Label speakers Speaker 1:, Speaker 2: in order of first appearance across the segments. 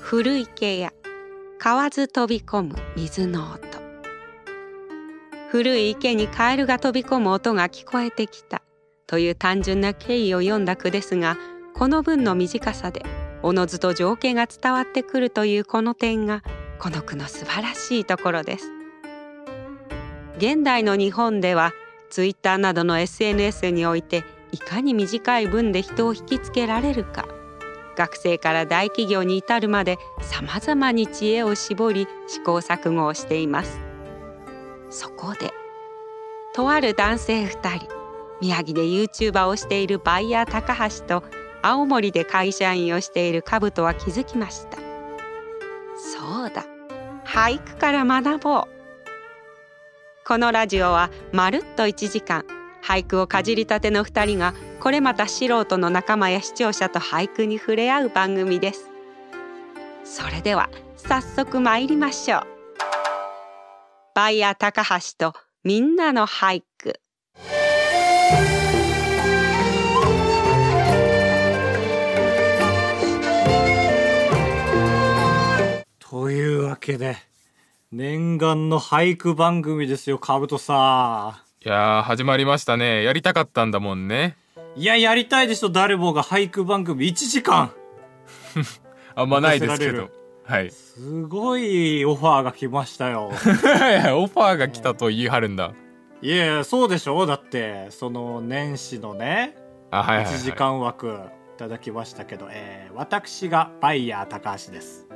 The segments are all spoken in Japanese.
Speaker 1: 古池や河津飛び込む水の音古い池にカエルが飛び込む音が聞こえてきたという単純な経緯を読んだ句ですがこの文の短さでおのずと情景が伝わってくるというこの点がこの句の素晴らしいところです現代の日本ではツイッターなどの SNS においていかに短い文で人を引きつけられるか学生から大企業に至るまで様々に知恵を絞り試行錯誤をしていますそこでとある男性2人宮城で YouTuber をしているバイヤー高橋と青森で会社員をしているカブトは気づきましたそうだ俳句から学ぼうこのラジオはまるっと1時間俳句をかじりたての2人がこれまた素人の仲間や視聴者と俳句に触れ合う番組ですそれでは早速参りましょうバイヤー高橋とみんなの俳句
Speaker 2: というわけで念願の俳句番組ですよカブトさ
Speaker 3: いやー始まりましたねやりたかったんだもんね
Speaker 2: んいややりたいでしょ誰もが俳句番組1時間
Speaker 3: あんまないですけ
Speaker 2: 任
Speaker 3: どはい
Speaker 2: すごいオファーが来ました よ
Speaker 3: オファーが来たと言い張るんだ
Speaker 2: いやいやそうでしょだってその年始のね
Speaker 3: あはいはい、はい、
Speaker 2: 1時間枠いただきましたけど、えー私がバイヤー高橋です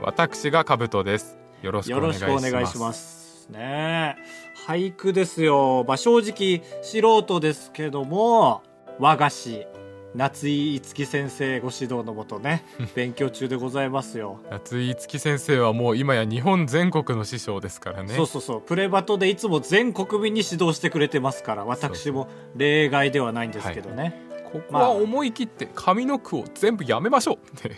Speaker 3: 私がカブトですよろしく
Speaker 2: よ
Speaker 3: お願
Speaker 2: ろ
Speaker 3: い
Speaker 2: し
Speaker 3: し
Speaker 2: くお
Speaker 3: ます
Speaker 2: 願いします。ねえ俳句ですよ。まあ、正直、素人ですけども、和菓子、夏井いつき先生ご指導のもと ね、勉強中でございますよ。
Speaker 3: 夏井月先生はもう今や日本全国の師匠ですからね
Speaker 2: そうそうそう、プレバトでいつも全国民に指導してくれてますから、私も例外ではないんですけどね。
Speaker 3: ここ
Speaker 2: まあ
Speaker 3: は思い切って上の句を全部や めましょうって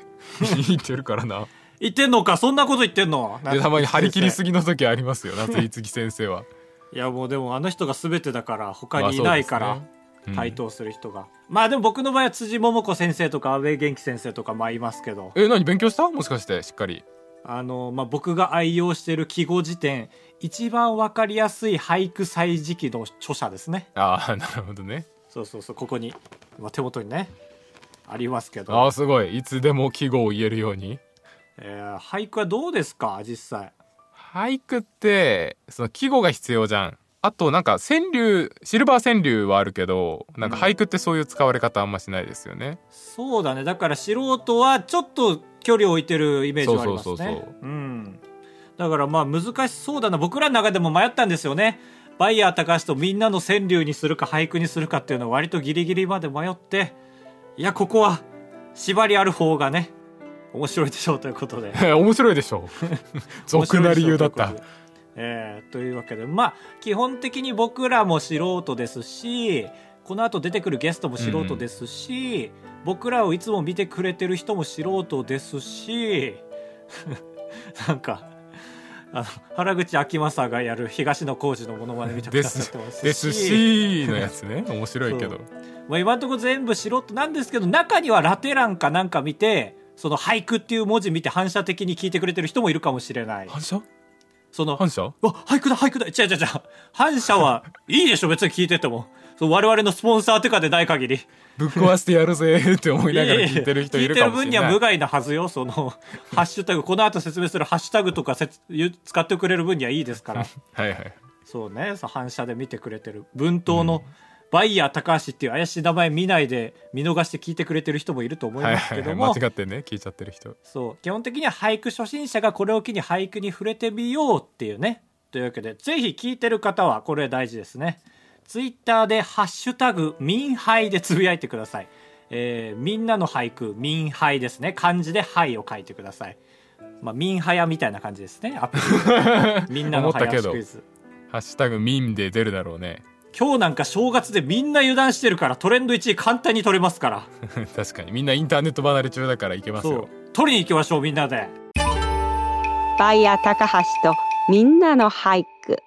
Speaker 3: 言ってるからな
Speaker 2: 言ってんのかそんなこと言ってんの
Speaker 3: でたまに張り切りす
Speaker 2: ぎ。
Speaker 3: ぎの時ありますよ夏井月先生は
Speaker 2: いやもうでもあの人が全てだから、他
Speaker 3: まあ
Speaker 2: にいないから。
Speaker 3: そうですねうん
Speaker 2: 対等する人が、まあでも僕の場合は辻桃子先生とか安倍元気先生とかまあいますけど
Speaker 3: え何勉強したもしかしてしっかり
Speaker 2: あの、まあ、僕が愛用している記号辞典一番わかりやすい俳句歳時記の著者ですね
Speaker 3: ああなるほどね
Speaker 2: そうそうそうここに、まあ、手元にねありますけ
Speaker 3: あ
Speaker 2: ど、
Speaker 3: あすごいいつでも記号を言えるように
Speaker 2: えー俳句はどうですか実際
Speaker 3: 俳句ってその季語が必要じゃんあとなんか川柳シルバー川柳はあるけどなんか俳句ってそういう使われ方あんましないですよね、
Speaker 2: そうだねだから素人はちょっと距離を置いてるイメージはありますね
Speaker 3: そうそうそうそ
Speaker 2: う
Speaker 3: う
Speaker 2: んだからまあ難しそうだな僕らの中でも迷ったんですよねバイヤー高橋とみんなの川柳にするか俳句にするかっていうのは割とギリギリまで迷っていやここは縛りある方がね面白いでしょうということで
Speaker 3: 面白いでし ょ俗な理由だった
Speaker 2: 面白いでしょうということでえーというわけでまあ基本的に僕らも素人ですしこの後出てくるゲストも素人ですし、僕らをいつも見てくれてる人も素人ですし なんかあの原口あきまさがやる東野幸治のものまねみたいに
Speaker 3: で
Speaker 2: なっちゃっ
Speaker 3: す
Speaker 2: て ますし
Speaker 3: ですしのやつね面白いけど
Speaker 2: そうまあ、今のところ全部素人なんですけど中にはラテ欄かなんか見てその俳句っていう文字見て反射的に聞いてくれてる人もいるかもしれない
Speaker 3: 反射
Speaker 2: その
Speaker 3: 反射
Speaker 2: わ、俳句だ、俳句だ。違う違う違う。反射は、いいでしょ、別に聞いてても。そう我々のスポンサーとかでない限り。
Speaker 3: ぶっ壊してやるぜって思いながら聞いてる人いるかも
Speaker 2: 聞いてる分
Speaker 3: しれ
Speaker 2: には
Speaker 3: ない
Speaker 2: 無害なはずよ、 その、ハッシュタグ、この後説明するハッシュタグとかせつゆ使ってくれる分にはいいですから。
Speaker 3: はいはい
Speaker 2: そうね、そう反射で見てくれてる。文頭の、バイヤー高橋っていう怪しい名前見ないで見逃して聞いてくれてる人もいると思い
Speaker 3: はい
Speaker 2: ますけ
Speaker 3: はいは
Speaker 2: ど
Speaker 3: い
Speaker 2: も、
Speaker 3: 間違ってね聞いちゃってる人
Speaker 2: そう基本的には俳句初心者がこれを機に俳句に触れてみようっていうねというわけでぜひ聞いてる方はこれ大事ですねツイッターで「ハッシュタグ民俳」でつぶやいてください、えーみんなの俳句民俳ですね漢字で「俳」を書いてくださいまあ民俳やみたいな感じですねアプ リみんなの
Speaker 3: 思った
Speaker 2: 早
Speaker 3: け
Speaker 2: 押し
Speaker 3: ど
Speaker 2: クイズ
Speaker 3: ハッシュタグミンで出るだろうね
Speaker 2: 今日なんか正月でみんな油断してるからトレンド1位簡単に取れますから
Speaker 3: 確かにみんなインターネット離れ中だからいけます
Speaker 2: そう
Speaker 3: よ
Speaker 2: 取りに行きましょうみんなで
Speaker 1: バイヤー高橋とみんなの俳句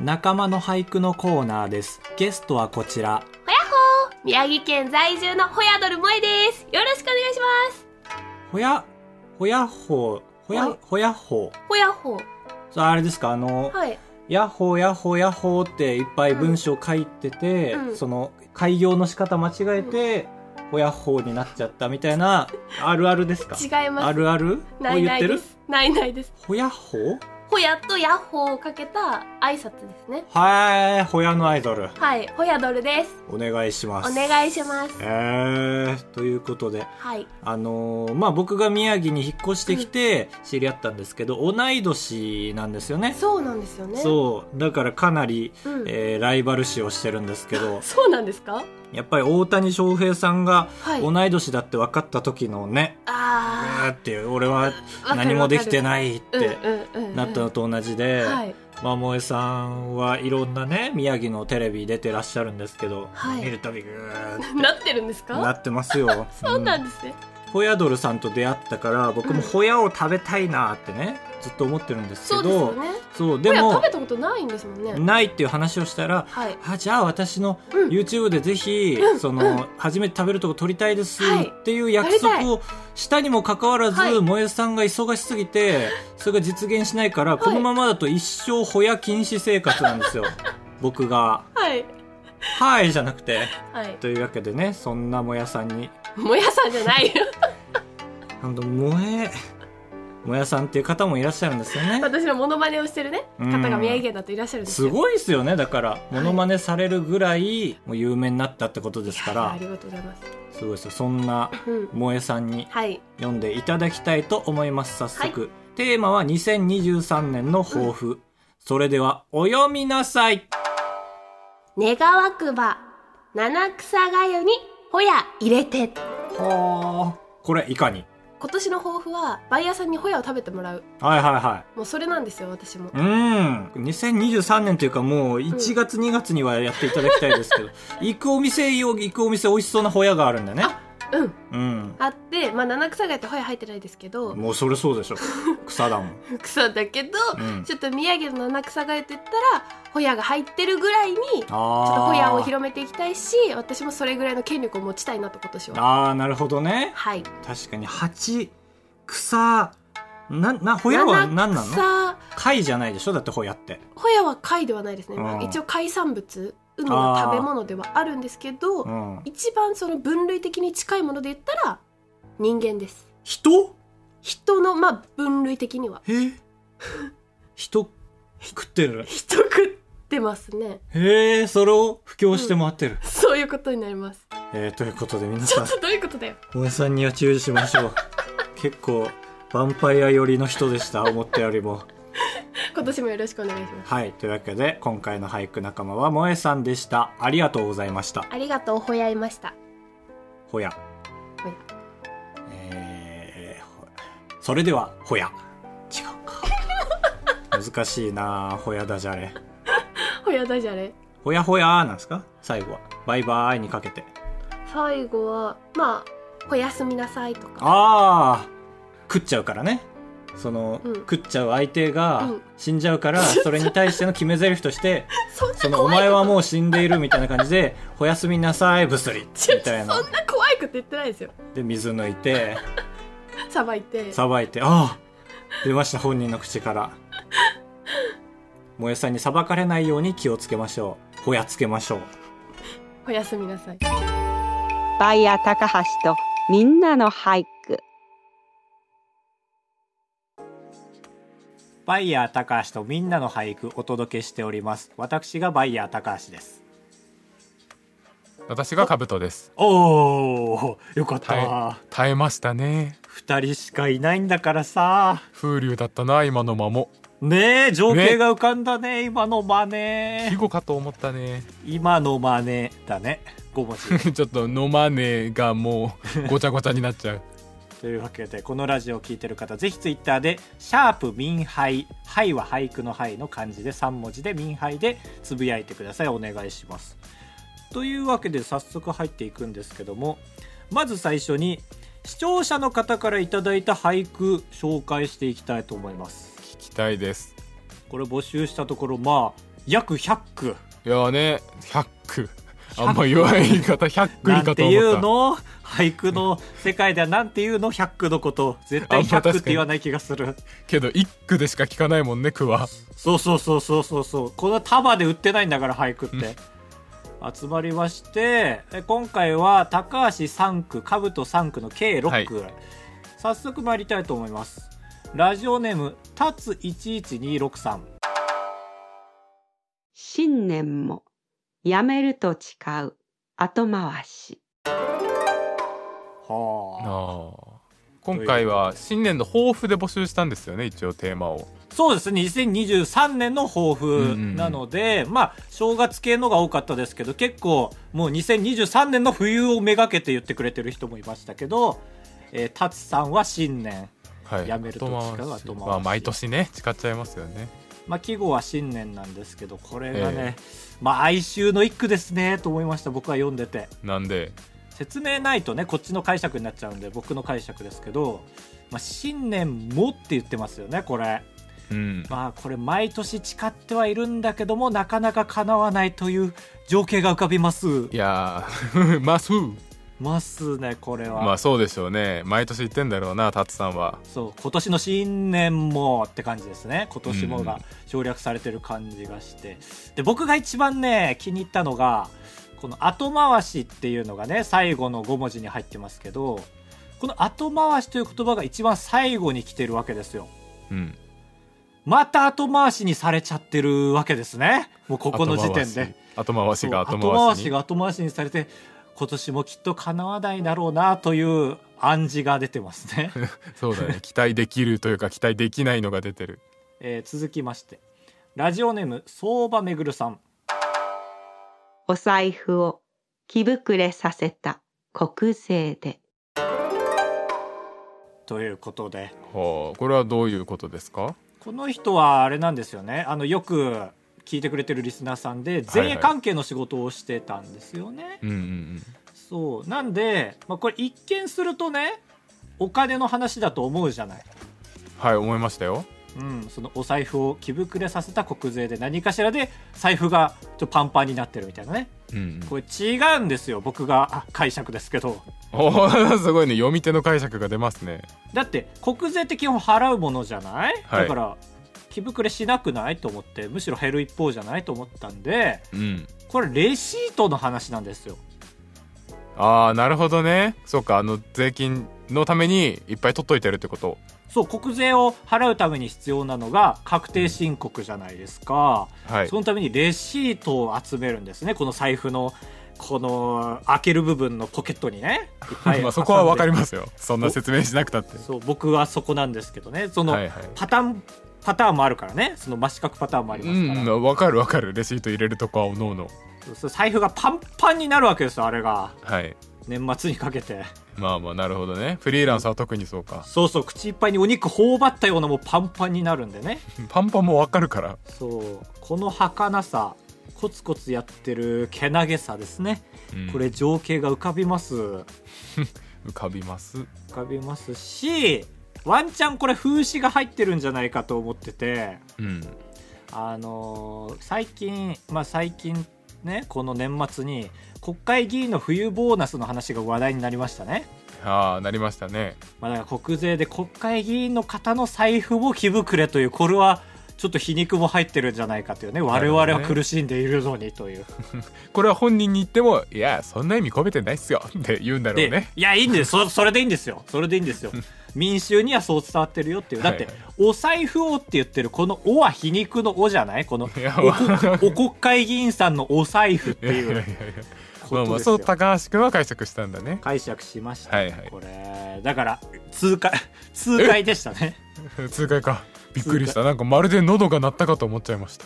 Speaker 2: 仲間の俳句のコーナーですゲストはこちら
Speaker 4: 宮城県在住のホヤドル萌えです。よろしくお願いします。
Speaker 2: ほや、ほやっほー、ほや、
Speaker 4: はい
Speaker 2: ほやっほー。
Speaker 4: ほやほ
Speaker 2: それあれですかあの、
Speaker 4: はい。
Speaker 2: ヤッホーヤッホーヤッホーっていっぱい文章書いてて、
Speaker 4: うん
Speaker 2: その開業の仕方間違えて、ホヤッホーになっちゃったみたいなあるあるですか
Speaker 4: 違います。
Speaker 2: あるあるを
Speaker 4: ない
Speaker 2: 言
Speaker 4: な
Speaker 2: っ
Speaker 4: い
Speaker 2: て
Speaker 4: で
Speaker 2: る
Speaker 4: す。ないないです。
Speaker 2: ホヤッホー
Speaker 4: ほやとやっほーをかけた挨拶ですね。
Speaker 2: はーい、ホヤのアイドル。
Speaker 4: はい、ほやドルです。
Speaker 2: お願いしま
Speaker 4: お
Speaker 2: す。
Speaker 4: 願いします。
Speaker 2: えー、ということで、
Speaker 4: はい。
Speaker 2: あのーまあ、僕が宮城に引っ越してきて知り合ったんですけど、同い年なんですよね。
Speaker 4: そうなんですよね。
Speaker 2: そう、だからかなり、
Speaker 4: うん。
Speaker 2: えーライバル視をしてるんですけど、
Speaker 4: そうなんですか
Speaker 2: やっぱり大谷翔平さんが
Speaker 4: はい。
Speaker 2: 同い年だって分かった時のね、う
Speaker 4: あ
Speaker 2: わーっていう、俺は
Speaker 4: あ。
Speaker 2: 何もできて
Speaker 4: い
Speaker 2: ないって
Speaker 4: うんうんうん、
Speaker 2: なったのと同じで、
Speaker 4: はい。
Speaker 2: まあ、萌えさんはいろんなね宮城のテレビ出てらっしゃるんですけど、
Speaker 4: はい
Speaker 2: 見るたびグーって
Speaker 4: なってるんですか
Speaker 2: なってますよ
Speaker 4: そうなん
Speaker 2: ん
Speaker 4: ですね。
Speaker 2: ホヤドルさんと出会ったから僕もホヤを食べたいなってねずっと思ってるんです
Speaker 4: そう
Speaker 2: け
Speaker 4: です
Speaker 2: ど
Speaker 4: よね。
Speaker 2: そう
Speaker 4: ほ
Speaker 2: で
Speaker 4: や
Speaker 2: も
Speaker 4: 食べたことないんですもんね。
Speaker 2: ないっていう話をしたら
Speaker 4: はい。
Speaker 2: あじゃあ私の
Speaker 4: うん
Speaker 2: YouTube でぜひ、その、初めて食べるとこ撮りたいです
Speaker 4: はい
Speaker 2: っていう約
Speaker 4: やり
Speaker 2: 束をしたにもかかわらず、
Speaker 4: はい
Speaker 2: 萌えさんが忙しすぎてそれが実現しないから、このままだと一生ホヤ禁止生活なんですよ僕が
Speaker 4: はい。
Speaker 2: 「はい」じゃなくて
Speaker 4: はい。
Speaker 2: というわけでねそんな萌えさんに
Speaker 4: もやさんじゃないよ。
Speaker 2: あの萌え萌えさんっていう方もいらっしゃるんですよね
Speaker 4: 私のモノマネをしてるね
Speaker 2: うん
Speaker 4: 方が宮城県だといらっしゃるんです
Speaker 2: す
Speaker 4: よ
Speaker 2: ごいですよねだからモノマネされるぐらいもう有名になったってことですか
Speaker 4: いやいや
Speaker 2: ら
Speaker 4: ありがとうございます
Speaker 2: すごいですよそんな
Speaker 4: うん
Speaker 2: 萌えさんに
Speaker 4: はい
Speaker 2: 読んでいただきたいと思います早速、テーマは2023年の抱負、それではお読みなさい
Speaker 4: 願わくば七草がゆにほや入れて
Speaker 2: はあこれいかに
Speaker 4: 今年の抱負はバイヤーさんにホヤを食べてもらう
Speaker 2: はいはいは
Speaker 4: もうそれなんですよ私も
Speaker 2: いうん2023年というかもう1月2月にはやっていただきたいですけど、 行くお店よ行くお店美味しそうなホヤがあるんでね
Speaker 4: うん
Speaker 2: うん
Speaker 4: あってまあ七草がゆってホヤ入ってないですけど
Speaker 2: もうそれそうでしょ草だもん、
Speaker 4: 草だけど、
Speaker 2: うん、
Speaker 4: ちょっと宮城の七草がゆって言ったらホヤが入ってるぐらいにちょっと
Speaker 2: あ
Speaker 4: ホヤを
Speaker 2: ー
Speaker 4: 広めていきたいし私もそれぐらいの権力を持ちたいなと今年は
Speaker 2: あーなるほどね
Speaker 4: はい
Speaker 2: 確かに蜂草ななホヤは何なの
Speaker 4: 七草
Speaker 2: 貝じゃないでしょだってホヤって
Speaker 4: ホヤは貝ではないですね、まあ
Speaker 2: うん
Speaker 4: 一応海産物海の食べ物ではあるんですけど、
Speaker 2: うん
Speaker 4: 一番その分類的に近いもので言ったら人間です
Speaker 2: 人
Speaker 4: 人のまあ分類的には
Speaker 2: え人食ってる
Speaker 4: 人食ってますね
Speaker 2: へえそれを布教して回ってる、
Speaker 4: そういうことになります
Speaker 2: えー、ということで皆
Speaker 4: ち
Speaker 2: さ
Speaker 4: ょ
Speaker 2: ん
Speaker 4: っとどういうことだよ
Speaker 2: おやさんには注意しましょう結構ヴァンパイア寄りの人でした思ったよりも
Speaker 4: 今年もよろしくお願いします
Speaker 2: はいというわけで今回の俳句仲間は萌えさんでしたありがとうございました
Speaker 4: ありがとうほやいました
Speaker 2: ほや
Speaker 4: ほや
Speaker 2: えーほそれではほや違うか難しいなあほやダジャレ
Speaker 4: ほやだじゃれ
Speaker 2: ほやほやーなんですか最後はバイバイにかけて
Speaker 4: 最後はまあほやすみなさいとか
Speaker 2: ああ食っちゃうからねその、
Speaker 4: うん
Speaker 2: 食っちゃう相手
Speaker 4: う
Speaker 2: が
Speaker 4: ん
Speaker 2: 死んじゃう から、それに対しての決め台詞として
Speaker 4: そん
Speaker 2: そ
Speaker 4: な
Speaker 2: のお
Speaker 4: 怖い
Speaker 2: 前
Speaker 4: こ
Speaker 2: はもう死んでいるみたいな感じで「おやすみなさいブスリ」み
Speaker 4: と違う
Speaker 2: たいな
Speaker 4: そんな怖いこと言ってないですよ
Speaker 2: で水抜いて
Speaker 4: さばいて
Speaker 2: さばいてああ出ました本人の口からもえさんにさばかれないように気をつけましょうほやつけましょう
Speaker 4: ほやすみなさい
Speaker 1: バイヤー高橋とみんなの俳句
Speaker 2: バイヤー高橋とみんなの俳句お届けしております私がバイヤー高橋です
Speaker 3: 私がカブトです
Speaker 2: おおよかった、
Speaker 3: 耐え耐えましたね
Speaker 2: 二人しかいないんだからさ
Speaker 3: 風流だったな今の間も
Speaker 2: ねえ情景が浮かんだね今の真
Speaker 3: 季
Speaker 2: 似
Speaker 3: 語かと思ったね
Speaker 2: 今の真似だね5文字
Speaker 3: ちょっと飲まねがも うごちゃごちゃになっちゃう
Speaker 2: というわけでこのラジオを聞いてる方ぜひツイッターで「シャープ民俳」「俳」は俳句の俳の漢字で3文字で民俳でつぶやいてくださいお願いしますというわけで早速入っていくんですけどもまず最初に視聴者の方からいただいた俳句紹介していきたいと思います
Speaker 3: 聞きたいです
Speaker 2: これ募集したところまあ約100句
Speaker 3: いやーね100あんま言わない言い方100句い
Speaker 2: ないん
Speaker 3: かと
Speaker 2: て
Speaker 3: 思っ
Speaker 2: い
Speaker 3: た
Speaker 2: うの俳句の世界ではなんていうの100句のこと絶対
Speaker 3: あまあ
Speaker 2: 100句っ
Speaker 3: 確か
Speaker 2: て
Speaker 3: に
Speaker 2: 言わない気がする
Speaker 3: けど一句でしか聞かないもんね句は
Speaker 2: そうそうそうそうそうそうこの束で売ってないんだから俳句って集まりましてえ今回は高橋3区兜3区の計6区ぐらい、早速参りたいと思いますラジオネームたつ11263
Speaker 1: 新年もやめると誓う後回し
Speaker 2: はあ
Speaker 3: 今回は新年の抱負で募集したんですよね一応テーマを
Speaker 2: そうですね2023年の抱
Speaker 3: うんう
Speaker 2: 負
Speaker 3: んうん
Speaker 2: なので、まあ正月系のが多かったですけど結構もう2023年の冬をめがけて言ってくれてる人もいましたけど、えー、タツさんは新年
Speaker 3: はい
Speaker 2: やめると誓う後回
Speaker 3: 後
Speaker 2: し
Speaker 3: まあ毎年ね誓っちゃいますよね
Speaker 2: まあ季語は新年なんですけどこれがね、まあ哀愁の一句ですねと思いました僕は読んでて
Speaker 3: なんで
Speaker 2: 説明ないとねこっちの解釈になっちゃうんで僕の解釈ですけど、まあ、新年もって言ってますよねこれ
Speaker 3: うん
Speaker 2: まあこれ毎年誓ってはいるんだけどもなかなか叶わないという情景が浮かびます
Speaker 3: いやー まあそう
Speaker 2: ますねこれは、
Speaker 3: まあそうでしょうね毎年言ってんだろうなタツさんは
Speaker 2: そう今年の新年もって感じですね今年も
Speaker 3: う
Speaker 2: が
Speaker 3: ん
Speaker 2: 省略されてる感じがしてで僕が一番ね気に入ったのがこの後回しっていうのがね最後の5文字に入ってますけどこの後回しという言葉が一番最後に来てるわけですよ
Speaker 3: うん
Speaker 2: また後回しにされちゃってるわけですねもうここの時点で
Speaker 3: 後回し
Speaker 2: そう
Speaker 3: が後
Speaker 2: 後
Speaker 3: 回し
Speaker 2: 回し
Speaker 3: に
Speaker 2: が後回しにされて今年もきっと叶わないだろうなという暗示が出てますね
Speaker 3: そうだね期待できるというか期待できないのが出てる
Speaker 2: えー続きましてラジオネーム相場めぐるさん
Speaker 1: お財布を気膨れさせた国税で
Speaker 2: ということで
Speaker 3: はあこれはどういうことですか
Speaker 2: この人はあれなんですよねあのよく聞いてくれてるリスナーさんで
Speaker 3: はい
Speaker 2: 税関係の仕事をしてたんですよね、
Speaker 3: うんうん
Speaker 2: そうなんで、まあ、これ一見するとねお金の話だと思うじゃない、
Speaker 3: はい思いましたよ
Speaker 2: うん、そのお財布を気膨れさせた国税で何かしらで財布がちょっとパンパンになってるみたいなね
Speaker 3: うん
Speaker 2: これ違うんですよ僕があ解釈ですけど
Speaker 3: おー すごいね読み手の解釈が出ますね
Speaker 2: だって国税って基本払うものじゃない、
Speaker 3: はい
Speaker 2: だから気膨れしなくないと思ってむしろ減る一方じゃないと思ったんで
Speaker 3: うん
Speaker 2: これレシートの話なんですよ
Speaker 3: ああなるほどねそうかあの税金のためにいっぱい取っといてるってこと
Speaker 2: そう国税を払うために必要なのが確定申告じゃないですか、
Speaker 3: はい
Speaker 2: そのためにレシートを集めるんですねこの財布のこの開ける部分のポケットにねいっぱい
Speaker 3: まあそこはわかり
Speaker 2: す
Speaker 3: ま すよそんな説明しなくたって
Speaker 2: そう僕はそこなんですけどねその
Speaker 3: はいはい
Speaker 2: パターン、パターンもあるからねその真四角パターンもあり
Speaker 3: う
Speaker 2: ますから、
Speaker 3: んわかるわかるレシート入れるとこはおのおの
Speaker 2: そう財布がパンパンになるわけですよあれが
Speaker 3: はい
Speaker 2: 年末にかけて
Speaker 3: まあまあなるほどねフリーランスは特にそうか
Speaker 2: そうそう口いっぱいにお肉頬張ったようなもうパンパンになるんでね
Speaker 3: パンパンもわかるから
Speaker 2: そうこの儚さコツコツやってるけなげさですね
Speaker 3: うん
Speaker 2: これ情景が浮かびます浮
Speaker 3: 浮かびます
Speaker 2: かびますしワンチャンこれ風刺が入ってるんじゃないかと思ってて
Speaker 3: うん
Speaker 2: あのー最近まあ最近ねこの年末に国会議員の冬ボーナスの話が話題になりましたね
Speaker 3: ああなりましたね
Speaker 2: まあ、だから国税で国会議員の方の財布も気膨れというこれはちょっと皮肉も入ってるんじゃないかというね
Speaker 3: な
Speaker 2: 我
Speaker 3: るほ
Speaker 2: 々
Speaker 3: どね
Speaker 2: は苦しんでいるのにという、
Speaker 3: これは本人に言ってもいやそんな意味込めてないっすよって言うんだろう
Speaker 2: で
Speaker 3: ね
Speaker 2: いやいいんですそそれでいいんですよそれでいいんですよ民衆にはそう伝わってるよっていうだって、
Speaker 3: はいは
Speaker 2: お財布をって言ってるこの「お」は皮肉の「お」じゃないこの
Speaker 3: いや
Speaker 2: お
Speaker 3: わか
Speaker 2: お国会議員さんのお財布って
Speaker 3: いやい
Speaker 2: い
Speaker 3: やいや
Speaker 2: う
Speaker 3: いや
Speaker 2: こ
Speaker 3: まあ
Speaker 2: と
Speaker 3: まあ
Speaker 2: です
Speaker 3: そ
Speaker 2: よ
Speaker 3: う高橋君は解釈したんだね
Speaker 2: 解釈しました、
Speaker 3: はいはい
Speaker 2: これだから 痛快痛快でしたね
Speaker 3: 痛快かびっくりしたなんかまるで喉が鳴ったかと思っちゃいました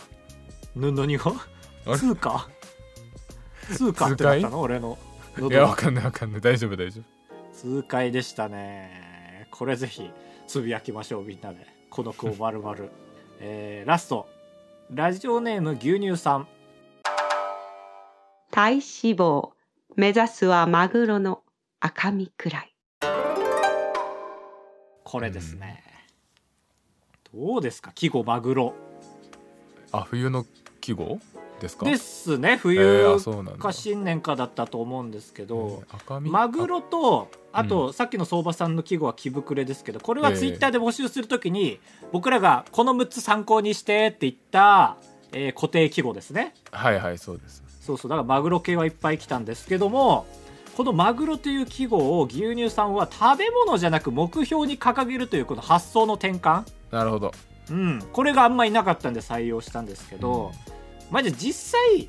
Speaker 2: ぬ何が
Speaker 3: あれ
Speaker 2: 通貨通貨ってなったの俺の
Speaker 3: いやわ
Speaker 2: 喉
Speaker 3: かんないわかんない大丈夫大丈夫
Speaker 2: 通快でしたねこれぜひつぶやきましょうみんなでこの句を丸々えー、ラストラジオネーム牛乳さん
Speaker 1: 体脂肪目指すはマグロの赤身くらい
Speaker 2: これですね、どうですか季語マグロ
Speaker 3: あ冬の季語ですか
Speaker 2: ですね
Speaker 3: えー
Speaker 2: 冬
Speaker 3: あそうなんだ
Speaker 2: か新年かだったと思うんですけど、
Speaker 3: えー赤身
Speaker 2: マグロとあとさっきの相場さんの季語は木膨れですけどこれはツイッターで募集するときに僕らがこの6つ参考にしてって言った、えー固定記号ですね
Speaker 3: あはいはいそうです
Speaker 2: そうそうだからマグロ系はいっぱい来たんですけどもこのマグロという記号を牛乳さんは食べ物じゃなく目標に掲げるというこの発想の転換
Speaker 3: なるほど
Speaker 2: うん、これがあんまいなかったんで採用したんですけど、マジ実際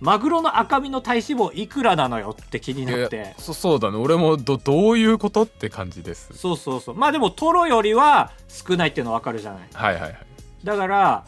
Speaker 2: マグロの赤身の体脂肪いくらなのよって気に
Speaker 3: い
Speaker 2: なっ
Speaker 3: や
Speaker 2: て
Speaker 3: そそうだね俺もどどういうことって感じです
Speaker 2: そうそうそうまあでもトロよりは少ないっていうの分かるじゃない
Speaker 3: はいはいはい
Speaker 2: だから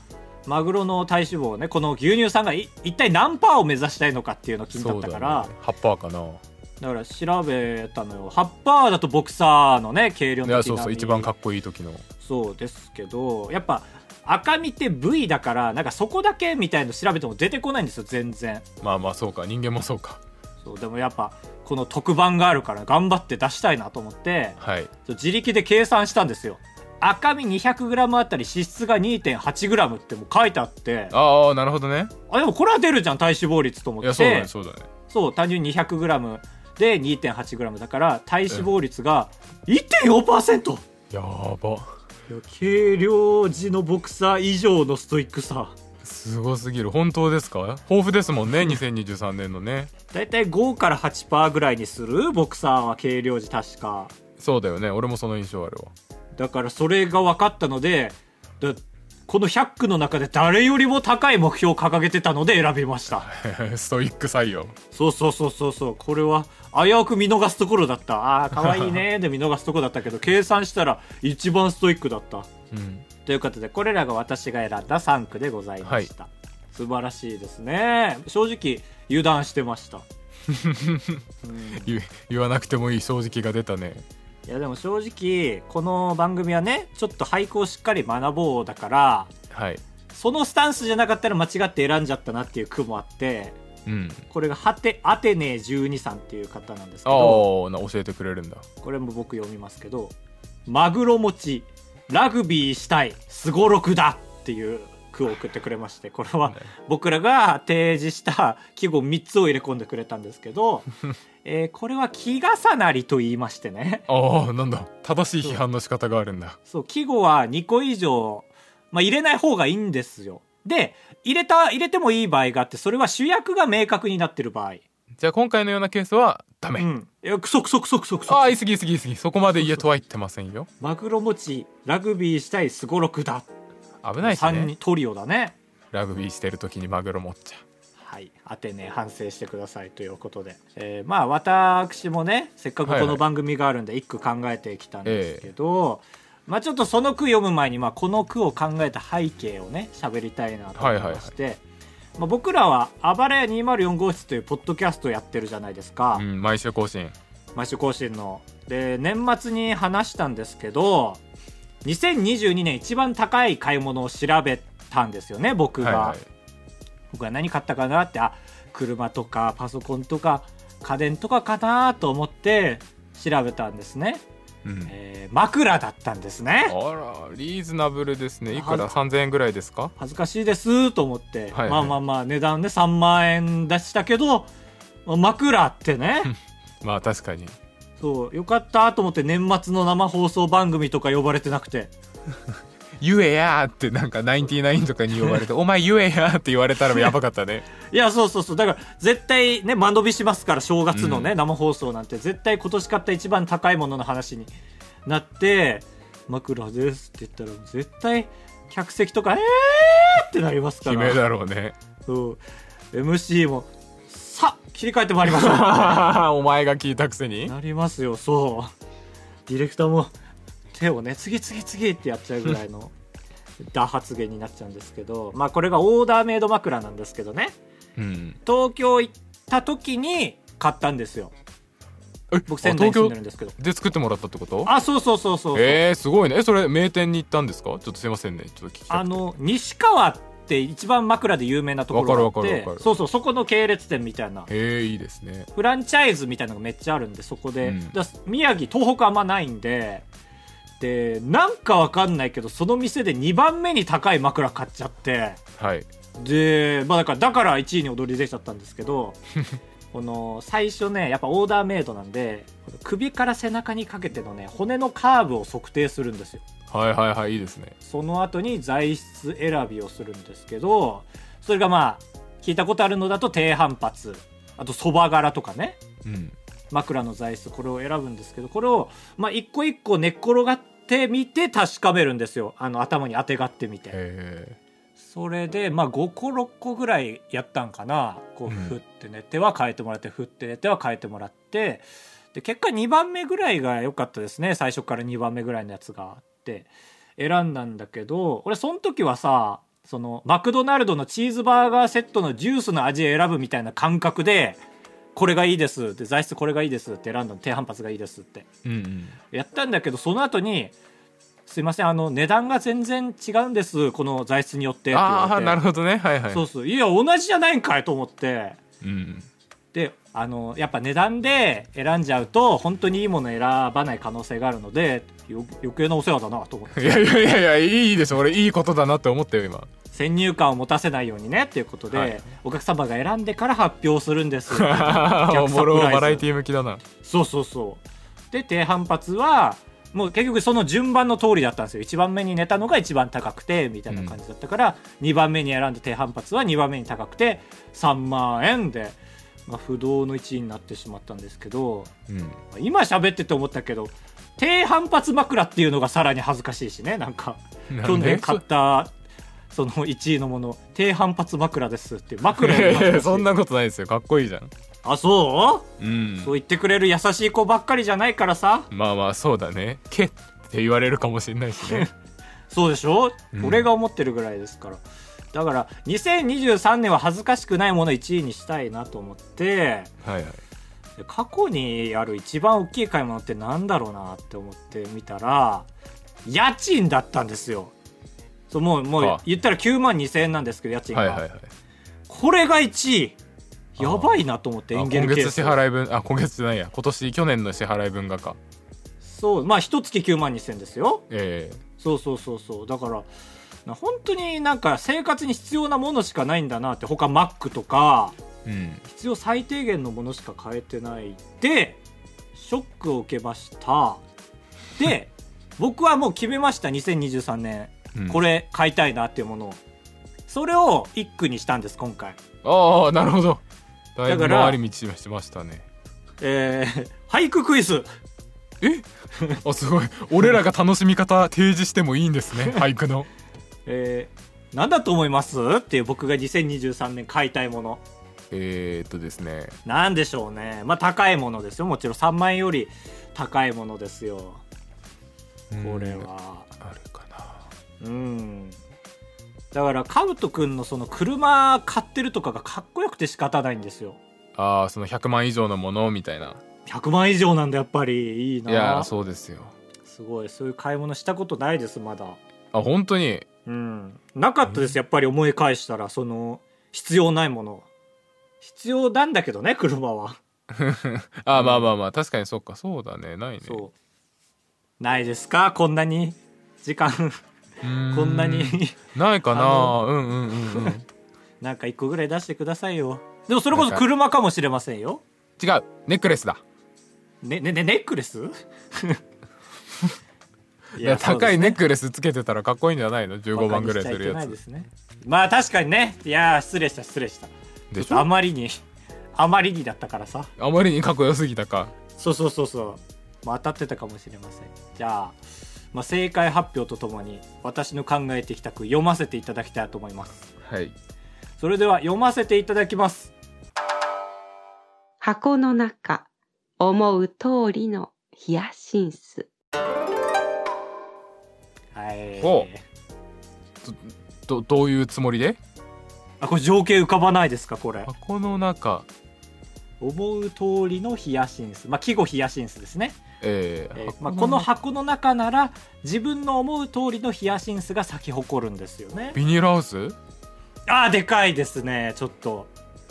Speaker 2: マグロの体脂肪をねこの牛乳さんがい一体何パーを目指したいのかっていうの気になったからだ,、
Speaker 3: ね、8パーかな
Speaker 2: から調べたのよ8パーだとボクサーのね軽量
Speaker 3: い
Speaker 2: の
Speaker 3: やそうそう一番かっこいい時の
Speaker 2: そうですけどやっぱ赤身って部位だからなんかそこだけみたいの調べても出てこないんですよ全然
Speaker 3: まあまあそうか人間もそうか
Speaker 2: そうでもやっぱこの特番があるから頑張って出したいなと思って
Speaker 3: はい
Speaker 2: そう自力で計算したんですよ赤身 200g あたり脂質が 2.8g ってもう書いてあってあ
Speaker 3: ああなるほどね
Speaker 2: でもこれは出るじゃん体脂肪率と思って
Speaker 3: いやそうだねそうだね
Speaker 2: そう単純に 200g で 2.8g だから体脂肪率が1.4%、
Speaker 3: やば
Speaker 2: いや軽量時のボクサー以上のストイックさ
Speaker 3: すごすぎる本当ですか豊富ですも んね2023年のね
Speaker 2: だいたい5から8%ぐらいにするボクサーは軽量時確か
Speaker 3: そうだよね俺もその印象あるわ
Speaker 2: だからそれが分かったのでだこの100区の中で誰よりも高い目標を掲げてたので選びました
Speaker 3: ストイック採用
Speaker 2: そうそうそうそうそうこれは危うく見逃すところだったあーかわいいねーで見逃すところだったけど計算したら一番ストイックだった
Speaker 3: うん
Speaker 2: ということでこれらが私が選んだ3区でございました、素晴らしいですね正直油断してました
Speaker 3: 言言わなくてもいい正直が出たね
Speaker 2: いやでも正直この番組はねちょっと俳句をしっかり学ぼうだから
Speaker 3: はい
Speaker 2: そのスタンスじゃなかったら間違って選んじゃったなっていう句もあって
Speaker 3: うん
Speaker 2: これがハテアテネ12さんっていう方なんですけ
Speaker 3: ああ
Speaker 2: ど
Speaker 3: な教えてくれるんだ
Speaker 2: これも僕読みますけど「マグロ持ちラグビーしたいすごろくだ」っていう句を送ってくれましてこれは僕らが提示した記号3つを入れ込んでくれたんですけど、えーこれは「気重なり」と言いましてね
Speaker 3: ああなんだ正しい批判の仕方があるんだ
Speaker 2: そう季語は2個以上、まあ、入れない方がいいんですよで入れた入れてもいい場合があってそれは主役が明確になってる場合
Speaker 3: じゃあ今回のようなケースはダメ、
Speaker 2: うんいやクソクソクソクソクソ
Speaker 3: ああ言い過ぎ言い過ぎ言い過ぎそこまで言えとは言ってませんよ
Speaker 2: マグロ持ちラグビーしたいすごろくだ
Speaker 3: 危ないし
Speaker 2: 3人
Speaker 3: ね
Speaker 2: トリオだね
Speaker 3: ラグビーしてる時にマグロ持っちゃ
Speaker 2: はいアテネ反省してくださいということで、えーまあ私もねせっかくこの番組があるんで一句考えてきたんですけど、まあちょっとその句読む前に、まあ、この句を考えた背景をね喋りたいなと思いまして、まあ、僕らは「あばらや204号室」というポッドキャストをやってるじゃないですか、
Speaker 3: う、うん、毎週更新
Speaker 2: 毎週更新の。で年末に話したんですけど2022年一番高い買い物を調べたんですよね僕が。
Speaker 3: はいはい
Speaker 2: 僕は何買ったかなってあ車とかパソコンとか家電とかかなと思って調べたんですね、
Speaker 3: うん、
Speaker 2: えー枕だったんですね
Speaker 3: あらリーズナブルですねいくら
Speaker 2: は
Speaker 3: 3000円ぐらいですか
Speaker 2: 恥ずかしいですと思って、
Speaker 3: はいはい
Speaker 2: まあまあまあ値段ね3万円出したけどまあ枕って ね
Speaker 3: まあ確かに
Speaker 2: そうよかったと思って年末の生放送番組とか呼ばれてなくて
Speaker 3: 「ゆえや!」ってなんかナインティナインとかに言わ れて「お前ゆえや!」って言われたらやばかったね
Speaker 2: いやそうそうそうだから絶対ね間延びしますから正月のね、
Speaker 3: うん
Speaker 2: 生放送なんて絶対今年買った一番高いものの話になって「枕です」って言ったら絶対客席とか「えー!」ってなりますか
Speaker 3: 悲鳴
Speaker 2: ら
Speaker 3: だろう ね
Speaker 2: そう MC も「さあ切り替えてまいりましょう」
Speaker 3: お前が聞いたくせ に
Speaker 2: なりますよそうディレクターも手をね次次次ってやっちゃうぐらいの打発言になっちゃうんですけどまあこれがオーダーメイド枕なんですけどね
Speaker 3: うん
Speaker 2: 東京行った時に買ったんですよ
Speaker 3: えあ
Speaker 2: 僕仙台に住ん
Speaker 3: 東
Speaker 2: でるん
Speaker 3: 京
Speaker 2: ですけど
Speaker 3: で作ってもらったってこと
Speaker 2: あそうそうそうそうそう、
Speaker 3: えー、すごいねえそれ名店に行ったんですかちょっとすいませんねちょっと聞きた
Speaker 2: あ
Speaker 3: くて
Speaker 2: の西川って一番枕で有名なところがあ
Speaker 3: わかるわか
Speaker 2: っ
Speaker 3: るわか
Speaker 2: て
Speaker 3: る
Speaker 2: そうそうそこの系列店みたいな
Speaker 3: えー、いいですね
Speaker 2: フランチャイズみたいなのがめっちゃあるんでそこで、
Speaker 3: うん
Speaker 2: だ宮城東北あんまないんででなんかわかんないけどその店で2番目に高い枕買っちゃって
Speaker 3: はい
Speaker 2: で、まあ、だからだから1位に踊り出ちゃったんですけどこの最初ねやっぱオーダーメイドなんでこの首から背中にかけてのね骨のカーブを測定するんですよ
Speaker 3: はいはいはいいいですね
Speaker 2: その後に材質選びをするんですけどそれがまあ聞いたことあるのだと低反発あとそば柄とかね
Speaker 3: うん
Speaker 2: 枕の材質これを選ぶんですけどこれをまあ一個一個寝っ転がってみて確かめるんですよあの頭に当てがってみて
Speaker 3: へ
Speaker 2: それでまあ5個6個ぐらいやったんかなこう
Speaker 3: うん
Speaker 2: 振って寝ては変えてもらって振って寝ては変えてもらってで結果2番目ぐらいが良かったですね最初から2番目ぐらいのやつがあって選んだんだけど俺その時はさそのマクドナルドのチーズバーガーセットのジュースの味選ぶみたいな感覚でこれがいいですで材質これがいいですって選んだの低反発がいいですって
Speaker 3: えうんうん
Speaker 2: やったんだけどその後に「すいませんあの値段が全然違うんですこの材質によって」って言わ
Speaker 3: あ
Speaker 2: れ
Speaker 3: あ
Speaker 2: て
Speaker 3: ーなるほどねはいはい
Speaker 2: そうそういや同じじゃないんかいと思って
Speaker 3: うん
Speaker 2: であのやっぱ値段で選んじゃうと本当にいいもの選ばない可能性があるのでよ余計なお世話だなと思って
Speaker 3: いやいやいやいやいいでしょ俺いいことだなって思ったよ今
Speaker 2: 先入観を持たせないようにねっていうことで、
Speaker 3: はい
Speaker 2: お客様が選んでから発表するんです
Speaker 3: おもろ
Speaker 2: サプライズ
Speaker 3: バラエティ向きだな
Speaker 2: そうそうそうで低反発はもう結局その順番の通りだったんですよ1番目に寝たのが一番高くてみたいな感じだったから、2番目に選んだ低反発は2番目に高くて3万円で、まあ、不動の1位になってしまったんですけど
Speaker 3: うん
Speaker 2: 今喋ってて思ったけど低反発枕っていうのがさらに恥ずかしいしねなんか去年買ったその1位のもの低反発枕ですっていう枕より恥ずかしい
Speaker 3: そんなことないですよかっこいいじゃん
Speaker 2: あそう
Speaker 3: うん
Speaker 2: そう言ってくれる優しい子ばっかりじゃないからさ
Speaker 3: まあまあそうだね「け」って言われるかもしれないしね
Speaker 2: そうでしょ、
Speaker 3: うん
Speaker 2: 俺が思ってるぐらいですからだから2023年は恥ずかしくないもの1位にしたいなと思って
Speaker 3: はいはい
Speaker 2: で過去にある一番大きい買い物ってなんだろうなって思ってみたら家賃だったんですよそうもうもう
Speaker 3: あ
Speaker 2: 言ったら9万2000円なんですけど家賃が、
Speaker 3: はいはいはい
Speaker 2: これが1位
Speaker 3: あ
Speaker 2: やばいなと思って
Speaker 3: あ
Speaker 2: エンゲ
Speaker 3: 今
Speaker 2: ルケー
Speaker 3: 月
Speaker 2: ス
Speaker 3: 支払い分あ今月じゃないや今年去年の支払い分がか
Speaker 2: そうまあ一月9万2000円ですよ
Speaker 3: え
Speaker 2: そうそうそうそうだからな本当になんか生活に必要なものしかないんだなって他マックとか
Speaker 3: えうん
Speaker 2: 必要最低限のものしか買えてないでショックを受けましたで 僕はもう決めました2023年
Speaker 3: うん、
Speaker 2: これ買いたいなっていうものをそれを一句にしたんです今回
Speaker 3: ああなるほどだいぶ
Speaker 2: だから
Speaker 3: 回り道してましたね
Speaker 2: えー、 俳句クイズ
Speaker 3: えあすごい俺らが楽しみ方提示してもいいんです ね俳句の
Speaker 2: えー、何だと思いますっていう僕が2023年買いたいもの
Speaker 3: えー、っとですね
Speaker 2: なんでしょうねまあ高いものですよもちろん3万円より高いものですよこれ
Speaker 3: うん
Speaker 2: は
Speaker 3: あるかな
Speaker 2: うんだからカブト君のその車買ってるとかがかっこよくて仕方ないんですよ
Speaker 3: あーその100万以上のものみたいな
Speaker 2: 100万以上なんだやっぱりいい
Speaker 3: いや
Speaker 2: な
Speaker 3: ーそうですよ
Speaker 2: すごいそういう買い物したことないですまだ
Speaker 3: あ本当に
Speaker 2: うんなかったですやっぱり思い返したらその必要ないもの必要なんだけどね車は
Speaker 3: あーまあまあまあ確かにそっかそうだねないね
Speaker 2: そうないですかこんなに時間
Speaker 3: うー
Speaker 2: こんなに
Speaker 3: ないか
Speaker 2: あ
Speaker 3: なうんうんうんうん違う
Speaker 2: なんか一個ぐらい出してくださいよでもそれこそ車かもしれませんよ
Speaker 3: ネックレスだ
Speaker 2: ねねねネックレスい
Speaker 3: いや高い
Speaker 2: ね
Speaker 3: ネックレスつけてたらかっこいいんじゃないの15万ぐらいす
Speaker 2: バカにしち
Speaker 3: るやつ
Speaker 2: ゃいけないですねまあ確かにねいやー失礼した失礼した
Speaker 3: でし
Speaker 2: あ
Speaker 3: ょ
Speaker 2: まりにあまりにだったからさ
Speaker 3: あまりにかっこよすぎたか
Speaker 2: そうそうそうそう、まあ、当たってたかもしれませんじゃあ,、まあ正解発表とともに私の考えてきた句読ませていただきたいと思います
Speaker 3: はい
Speaker 2: それでは読ませていただきます
Speaker 1: 箱の中思う通りのヒヤシンス
Speaker 2: はい
Speaker 3: ほどどういうつもりで
Speaker 2: あこれ情景浮かばないですかこれ
Speaker 3: 箱の中
Speaker 2: 思う通りのヒヤシンスまあ季語ヒヤシンスですね
Speaker 3: えー
Speaker 2: えーまあ、この
Speaker 3: 中
Speaker 2: 箱の中なら自分の思う通りのヒヤシンスが咲き誇るんですよね
Speaker 3: ビニールハウス
Speaker 2: あーでかいですねちょっと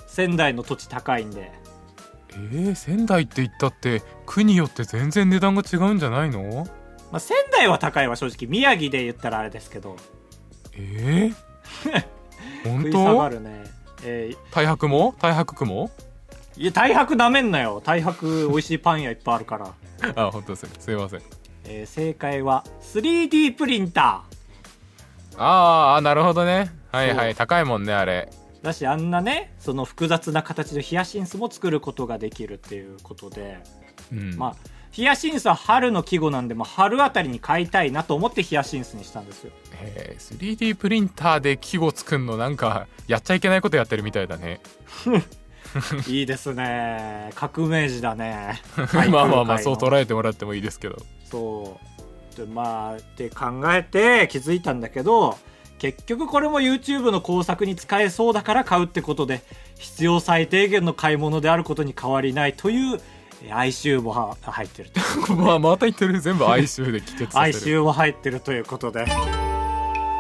Speaker 2: 仙台の土地高いんで
Speaker 3: えー、仙台って言ったって区によって全然値段が違うんじゃないの
Speaker 2: まあ、仙台は高いわ正直宮城で言ったらあれですけど
Speaker 3: えー、本
Speaker 2: 食い下が
Speaker 3: 当
Speaker 2: るね。え
Speaker 3: 太白も太白区も
Speaker 2: ーいや、大白なめんなよ。大白、美味しいパン屋いっぱいあるから。
Speaker 3: あ本当ですすいません
Speaker 2: えー正解は 3D プリンタ
Speaker 3: あーあなるほどねはいは
Speaker 2: そう
Speaker 3: い高いもんねあれ
Speaker 2: ーだしあんなねその複雑な形のヒヤシンスも作ることができるっていうことで、
Speaker 3: うん
Speaker 2: まあヒヤシンスは春の季語なんで、まあ、春あたりに買いたいなと思ってヒヤシンスにしたんです よ
Speaker 3: へー 3D プリンターで季語作んのなんかやっちゃいけないことやってるみたいだね
Speaker 2: いいですね革命児だね
Speaker 3: まあまあまあそう
Speaker 2: え
Speaker 3: 捉えてもらってもいいですけど
Speaker 2: そうでまあって考えて気づいたんだけど結局これも YouTube の工作に使えそうだから買うってことで必要最低限の買い物であることに変わりないというえー哀愁もは入って ると
Speaker 3: まあまた言ってる全部哀愁で帰結さ
Speaker 2: 哀
Speaker 3: せる
Speaker 2: 愁も入ってるということで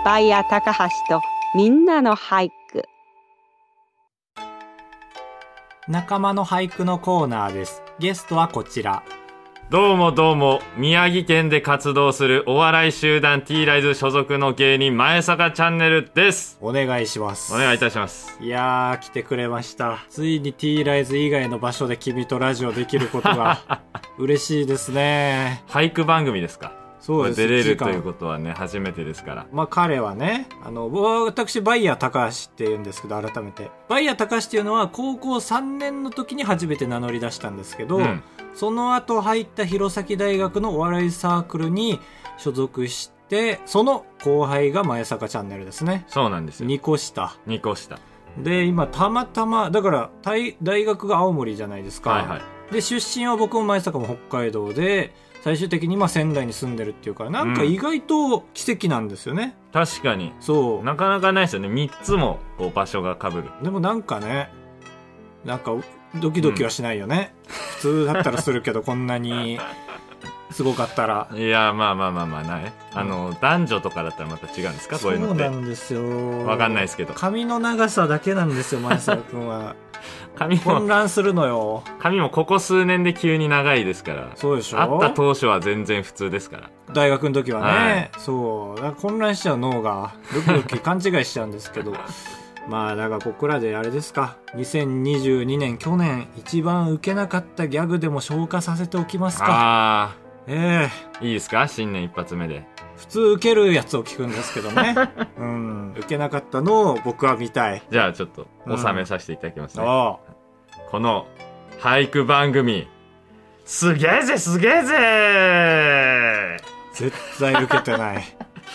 Speaker 1: バイヤー高橋とみんなの俳句
Speaker 2: 仲間の俳句のコーナーですゲストはこちら
Speaker 5: どうもどうも、宮城県で活動するお笑い集団 T ライズ所属の芸人前坂チャンネルです。
Speaker 2: お願いします
Speaker 5: お願いいたします。
Speaker 2: いやー来てくれましたついに T ライズ以外の場所で君とラジオできること が嬉しいですね
Speaker 5: 俳句番組ですか
Speaker 2: そうです
Speaker 5: 出れる
Speaker 2: 一時
Speaker 5: と
Speaker 2: 間
Speaker 5: いうことはね、初めてですから。
Speaker 2: まあ彼はね、あの、僕は私、バイヤー高橋って言うんですけど、改めて。バイヤー高橋っていうのは、高校3年の時に初めて名乗り出したんですけど、
Speaker 5: うん
Speaker 2: その後入った弘前大学のお笑いサークルに所属して、その後輩が前坂チャンネルですね。
Speaker 5: そうなんですよ。
Speaker 2: 2個下。
Speaker 5: 2個下。
Speaker 2: で、今、たまたま、だから、大大学が青森じゃないですか。
Speaker 5: はいはい。
Speaker 2: で出身は僕も前坂も北海道で最終的に今仙台に住んでるっていうからなんか
Speaker 5: うん
Speaker 2: 意外と奇跡なんですよね、
Speaker 5: 確かに、
Speaker 2: そう
Speaker 5: なかなかないですよね。3つも、こう、場所が被る。
Speaker 2: でもなんかねなんかドキドキはしないよね、普通だったらするけどこんなにすごかった ら
Speaker 5: いや、まあまあまあまあ、ない。あの、男女とかだったらまた違うんですかこういうの
Speaker 2: そう
Speaker 5: っ
Speaker 2: な
Speaker 5: て。
Speaker 2: んですよ
Speaker 5: わかんないですけど。
Speaker 2: 髪の長さだけなんですよ前澤君は
Speaker 5: 髪
Speaker 2: 混
Speaker 5: も、
Speaker 2: 乱するのよ
Speaker 5: 髪もここ数年で急に長いですから。
Speaker 2: そうでし
Speaker 5: あった
Speaker 2: ょ
Speaker 5: 当初は全然普通ですから。
Speaker 2: 大学の時はね、
Speaker 5: はい
Speaker 2: そうだから混乱しちゃう脳がドキドキ勘違いしちゃうんですけど まあだからここらであれですか2022年去年一番ウケなかったギャグでも消化させておきますか
Speaker 5: あ
Speaker 2: ええ
Speaker 5: あ、いいですか新年一発目で。
Speaker 2: 普通受けるやつを聞くんですけど ね。うん。受けなかったのを僕は見たい。
Speaker 5: じゃあちょっと
Speaker 2: うん
Speaker 5: 収めさせていただきますね。
Speaker 2: おう
Speaker 5: この俳句番組、すげえぜすげえぜ
Speaker 2: 絶対受けてない。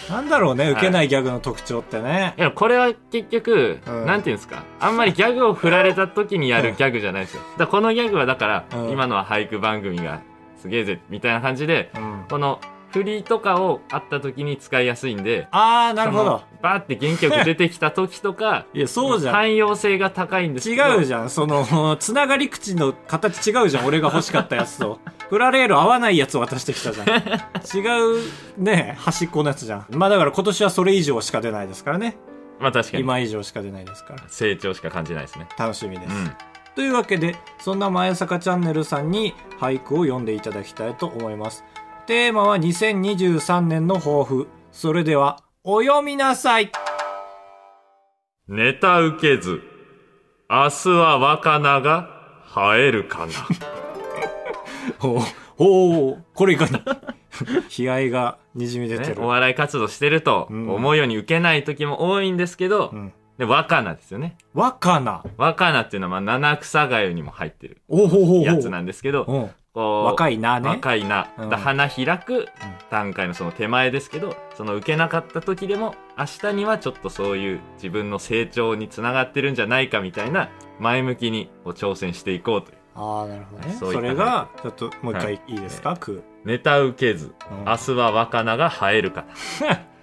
Speaker 2: なんだろうね、受けないギャグの特徴ってね
Speaker 5: い。や、これは結局、
Speaker 2: うん
Speaker 5: なんていうんですか。あんまりギャグを振られた時にやるギャグじゃないですよ。だからこのギャグはだから、
Speaker 2: うん
Speaker 5: 今のは俳句番組がすげえぜみたいな感じで、
Speaker 2: うん。
Speaker 5: この振りとかをあった時に使いやすいんで、
Speaker 2: あー、なるほど、
Speaker 5: そ。の。バーって元気よく出てきた時とか
Speaker 2: いや、 そうじゃん。
Speaker 5: 汎用性が高いんですけど。
Speaker 2: 違うじゃん。その、 つながり口の形違うじゃん。俺が欲しかったやつ と。プラレール合わないやつを渡してきたじゃん。違う、ね、端っこのやつじゃん。まあだから今年はそれ以上しか出ないですからね。
Speaker 5: まあ確かに。
Speaker 2: 今以上しか出ないですから。
Speaker 5: 成長しか感じないですね。
Speaker 2: 楽しみで
Speaker 5: う
Speaker 2: す。
Speaker 5: ん。
Speaker 2: というわけでそんな前坂チャンネルさんに俳句を読んでいただきたいと思いますテーマは2023年の抱負それではお読みなさい
Speaker 5: ネタ受けず、明日は若菜が生える かな。
Speaker 2: おおこれいか に悲哀がにじみ出て
Speaker 5: ね
Speaker 2: る、
Speaker 5: お笑い活動してると、
Speaker 2: うん
Speaker 5: 思うように受けない時も多いんですけど、
Speaker 2: うん、
Speaker 5: で若菜ですよね。
Speaker 2: 若菜
Speaker 5: 若菜っていうのは、まあ、七草がゆにも入ってる
Speaker 2: おほほ
Speaker 5: やつなんですけ
Speaker 2: う
Speaker 5: ど、
Speaker 2: ん、
Speaker 5: こう
Speaker 2: 若いなね
Speaker 5: 若いな。
Speaker 2: うん
Speaker 5: だ花開く段階のその手前ですけど、その受けなかった時でも、明日にはちょっとそういう自分の成長につながってるんじゃないかみたいな、前向きにこう挑戦していこうという。
Speaker 2: ああなるほどね
Speaker 5: そ
Speaker 2: そう
Speaker 5: いった
Speaker 2: れがちょっともう一
Speaker 5: は
Speaker 2: 回
Speaker 5: い
Speaker 2: いいですか、句
Speaker 5: ネタ受けず、
Speaker 2: うん
Speaker 5: 明日は若菜が生えるか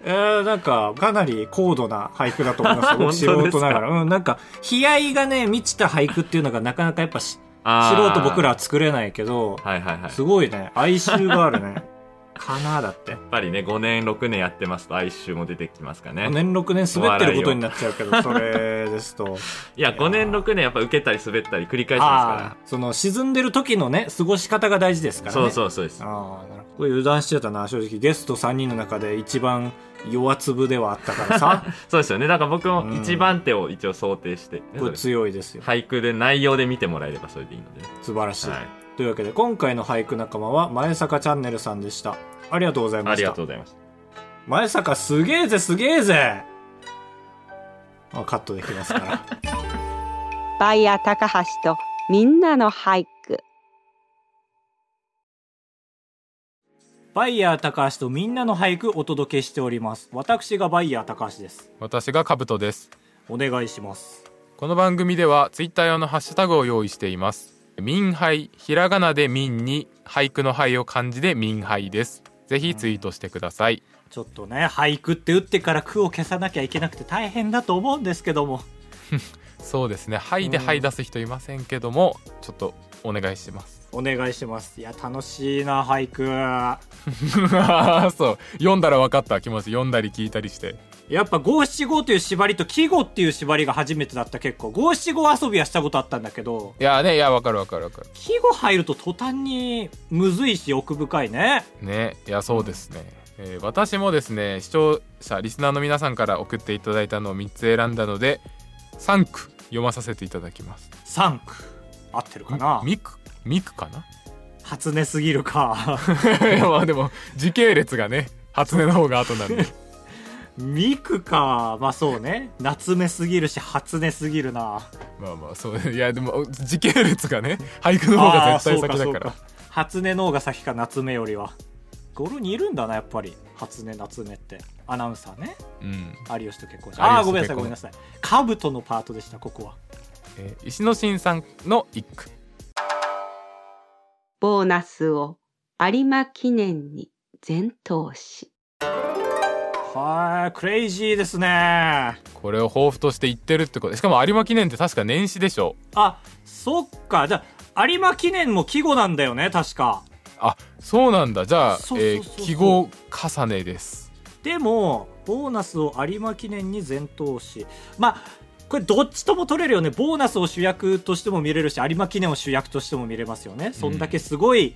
Speaker 2: えー、なんか、かなり高度な俳句だと思い ます
Speaker 5: 本当
Speaker 2: 僕
Speaker 5: ですか
Speaker 2: 素人ながら。うん、なんか、悲哀がね、満ちた俳句っていうのがなかなかやっぱし
Speaker 5: な。
Speaker 2: 素人僕ら
Speaker 5: は。
Speaker 2: は作れないけど、
Speaker 5: はいはいはい。やっ
Speaker 2: すごいね、哀愁がある ね。かなだって。
Speaker 5: ぱりね、5年、6年やってますと哀愁も出てきますかね。
Speaker 2: 年6年滑ってることになっちゃうけど、それです と。
Speaker 5: いや、5年、6年やっぱ受けたり滑ったり繰り返してます
Speaker 2: ああ
Speaker 5: か、。
Speaker 2: その沈んでる時のね、過ごし方が大事ですかららね。
Speaker 5: そう
Speaker 2: う。
Speaker 5: そうそうです。
Speaker 2: ああ、なるほど。これ油断してたな、正直。ゲスト3人の中で一番弱粒ではあったから さ
Speaker 5: そうですよねだから僕
Speaker 2: う
Speaker 5: も
Speaker 2: ん
Speaker 5: 一番手を一応想定して、
Speaker 2: これ強いですよ
Speaker 5: 俳句で内容で見てもらえればそれでいいのでね、
Speaker 2: 素晴らしい、
Speaker 5: はい、
Speaker 2: というわけで今回の俳句仲間は前坂チャンネルさんでしたありがとうございま
Speaker 5: あ
Speaker 2: し
Speaker 5: り
Speaker 2: た
Speaker 5: がとうございました
Speaker 2: 前坂すげえぜすげえぜあカットできますから
Speaker 1: バイヤー高橋とみんなの俳句
Speaker 2: バイヤー高橋とみんなの俳句お届けしております私がバイヤー高橋です
Speaker 3: 私がカブトです
Speaker 2: お願いします
Speaker 3: この番組ではツイッター用のハッシュタグを用意しています民杯ひらがなで民に俳句の杯を漢字で民杯ですぜひツイートしてください、
Speaker 2: ちょっとね俳句って打ってから句を消さなきゃいけなくて大変だと思うんですけども
Speaker 3: そうですね杯で杯出す人いませんけどもちょっとお願いします
Speaker 2: お願いしますいや楽しいな俳句
Speaker 3: そう読んだら分かった気持ち読んだり聞いたりして
Speaker 2: やっぱ五七五という縛りと季語っていう縛りが初めてだった結構五七五遊びはしたことあったんだけど
Speaker 3: いやねいや分かる分かる分か
Speaker 2: 季語入ると途端にむずいし奥深いね
Speaker 3: るねいやそうですね、えー私もですね視聴者リスナーの皆さんから送っていただいたのを3つ選んだので3句読まさせていただきます
Speaker 2: 三句合ってるかな
Speaker 3: ミクミクかな
Speaker 2: 初音すぎるか
Speaker 3: いやまあでも時系列がね初音の方が後なん で
Speaker 2: ミクかまあそうね夏目すぎるし初音すぎる な
Speaker 3: まあまあそういやでも時系列がね俳句の方が絶対先
Speaker 2: あーそ
Speaker 3: だ
Speaker 2: う
Speaker 3: か
Speaker 2: そう
Speaker 3: ら
Speaker 2: 初音の方が先か夏目よりはゴルにいるんだなやっぱり初音夏目ってアナウンサーね
Speaker 3: うん
Speaker 2: 有吉と結婚したああーごめん
Speaker 3: 有
Speaker 2: なさい
Speaker 3: 吉と結婚
Speaker 2: ごめんなさいカブトのパートでしたここは
Speaker 3: えー石野真さんの一句
Speaker 1: ボーナスを有馬記念に全投資
Speaker 2: はいクレイジーですね
Speaker 3: これを抱負として言ってるってことしかも有馬記念って確か年始でしょ
Speaker 2: あそっかじゃあ有馬記念も季語なんだよね確か
Speaker 3: あそうなんだじゃあ
Speaker 2: そうそう
Speaker 3: え
Speaker 2: そうそう
Speaker 3: ー記号重ねです
Speaker 2: でもボーナスを有馬記念に全投資まあこれどっちとも取れるよねボーナスを主役としても見れるし有馬記念を主役としても見れますよねそんだけすごい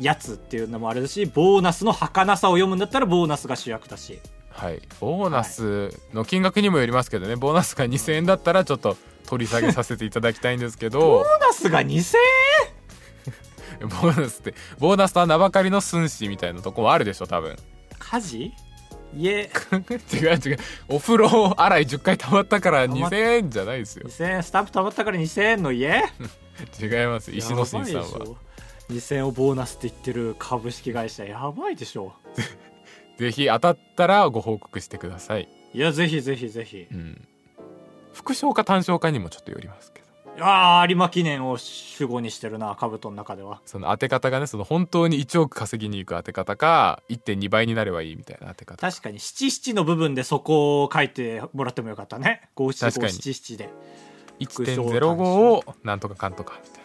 Speaker 2: やつっていうのもあれだしボーナスの儚さを読むんだったらボーナスが主役だし
Speaker 3: はいボーナスの金額にもよりますけどねボーナスが2000円だったらちょっと取り下げさせていただきたいんです けど
Speaker 2: ボーナスが2000円
Speaker 3: ボーナスってボーナスとは名ばかりの寸志みたいなとこもあるでしょ多分
Speaker 2: 家事家
Speaker 3: 違う違うお風呂洗い10回溜まったから
Speaker 2: 溜まっ
Speaker 3: 2000円じゃないですよ
Speaker 2: 2000円スタンプ貯まったから2000円の家
Speaker 3: 違います石野真さんは
Speaker 2: 2000円をボーナスって言ってる株式会社やばいでしょ
Speaker 3: ぜひ当たったらご報告してください、
Speaker 2: いやぜひぜひぜひ
Speaker 3: うん、副賞か単賞かにもちょっとよりますけど
Speaker 2: ああ有馬記念を主語にしてるな兜の中では
Speaker 3: その当て方がねその本当に1億稼ぎに行く当て方か1.2倍になればいいみたいな当て方
Speaker 2: 確かに七七の部分でそこを書いてもらってもよかったね五七
Speaker 3: 確か
Speaker 2: 五
Speaker 3: に
Speaker 2: 七七で
Speaker 3: 1.05をなんとかかんとかみたい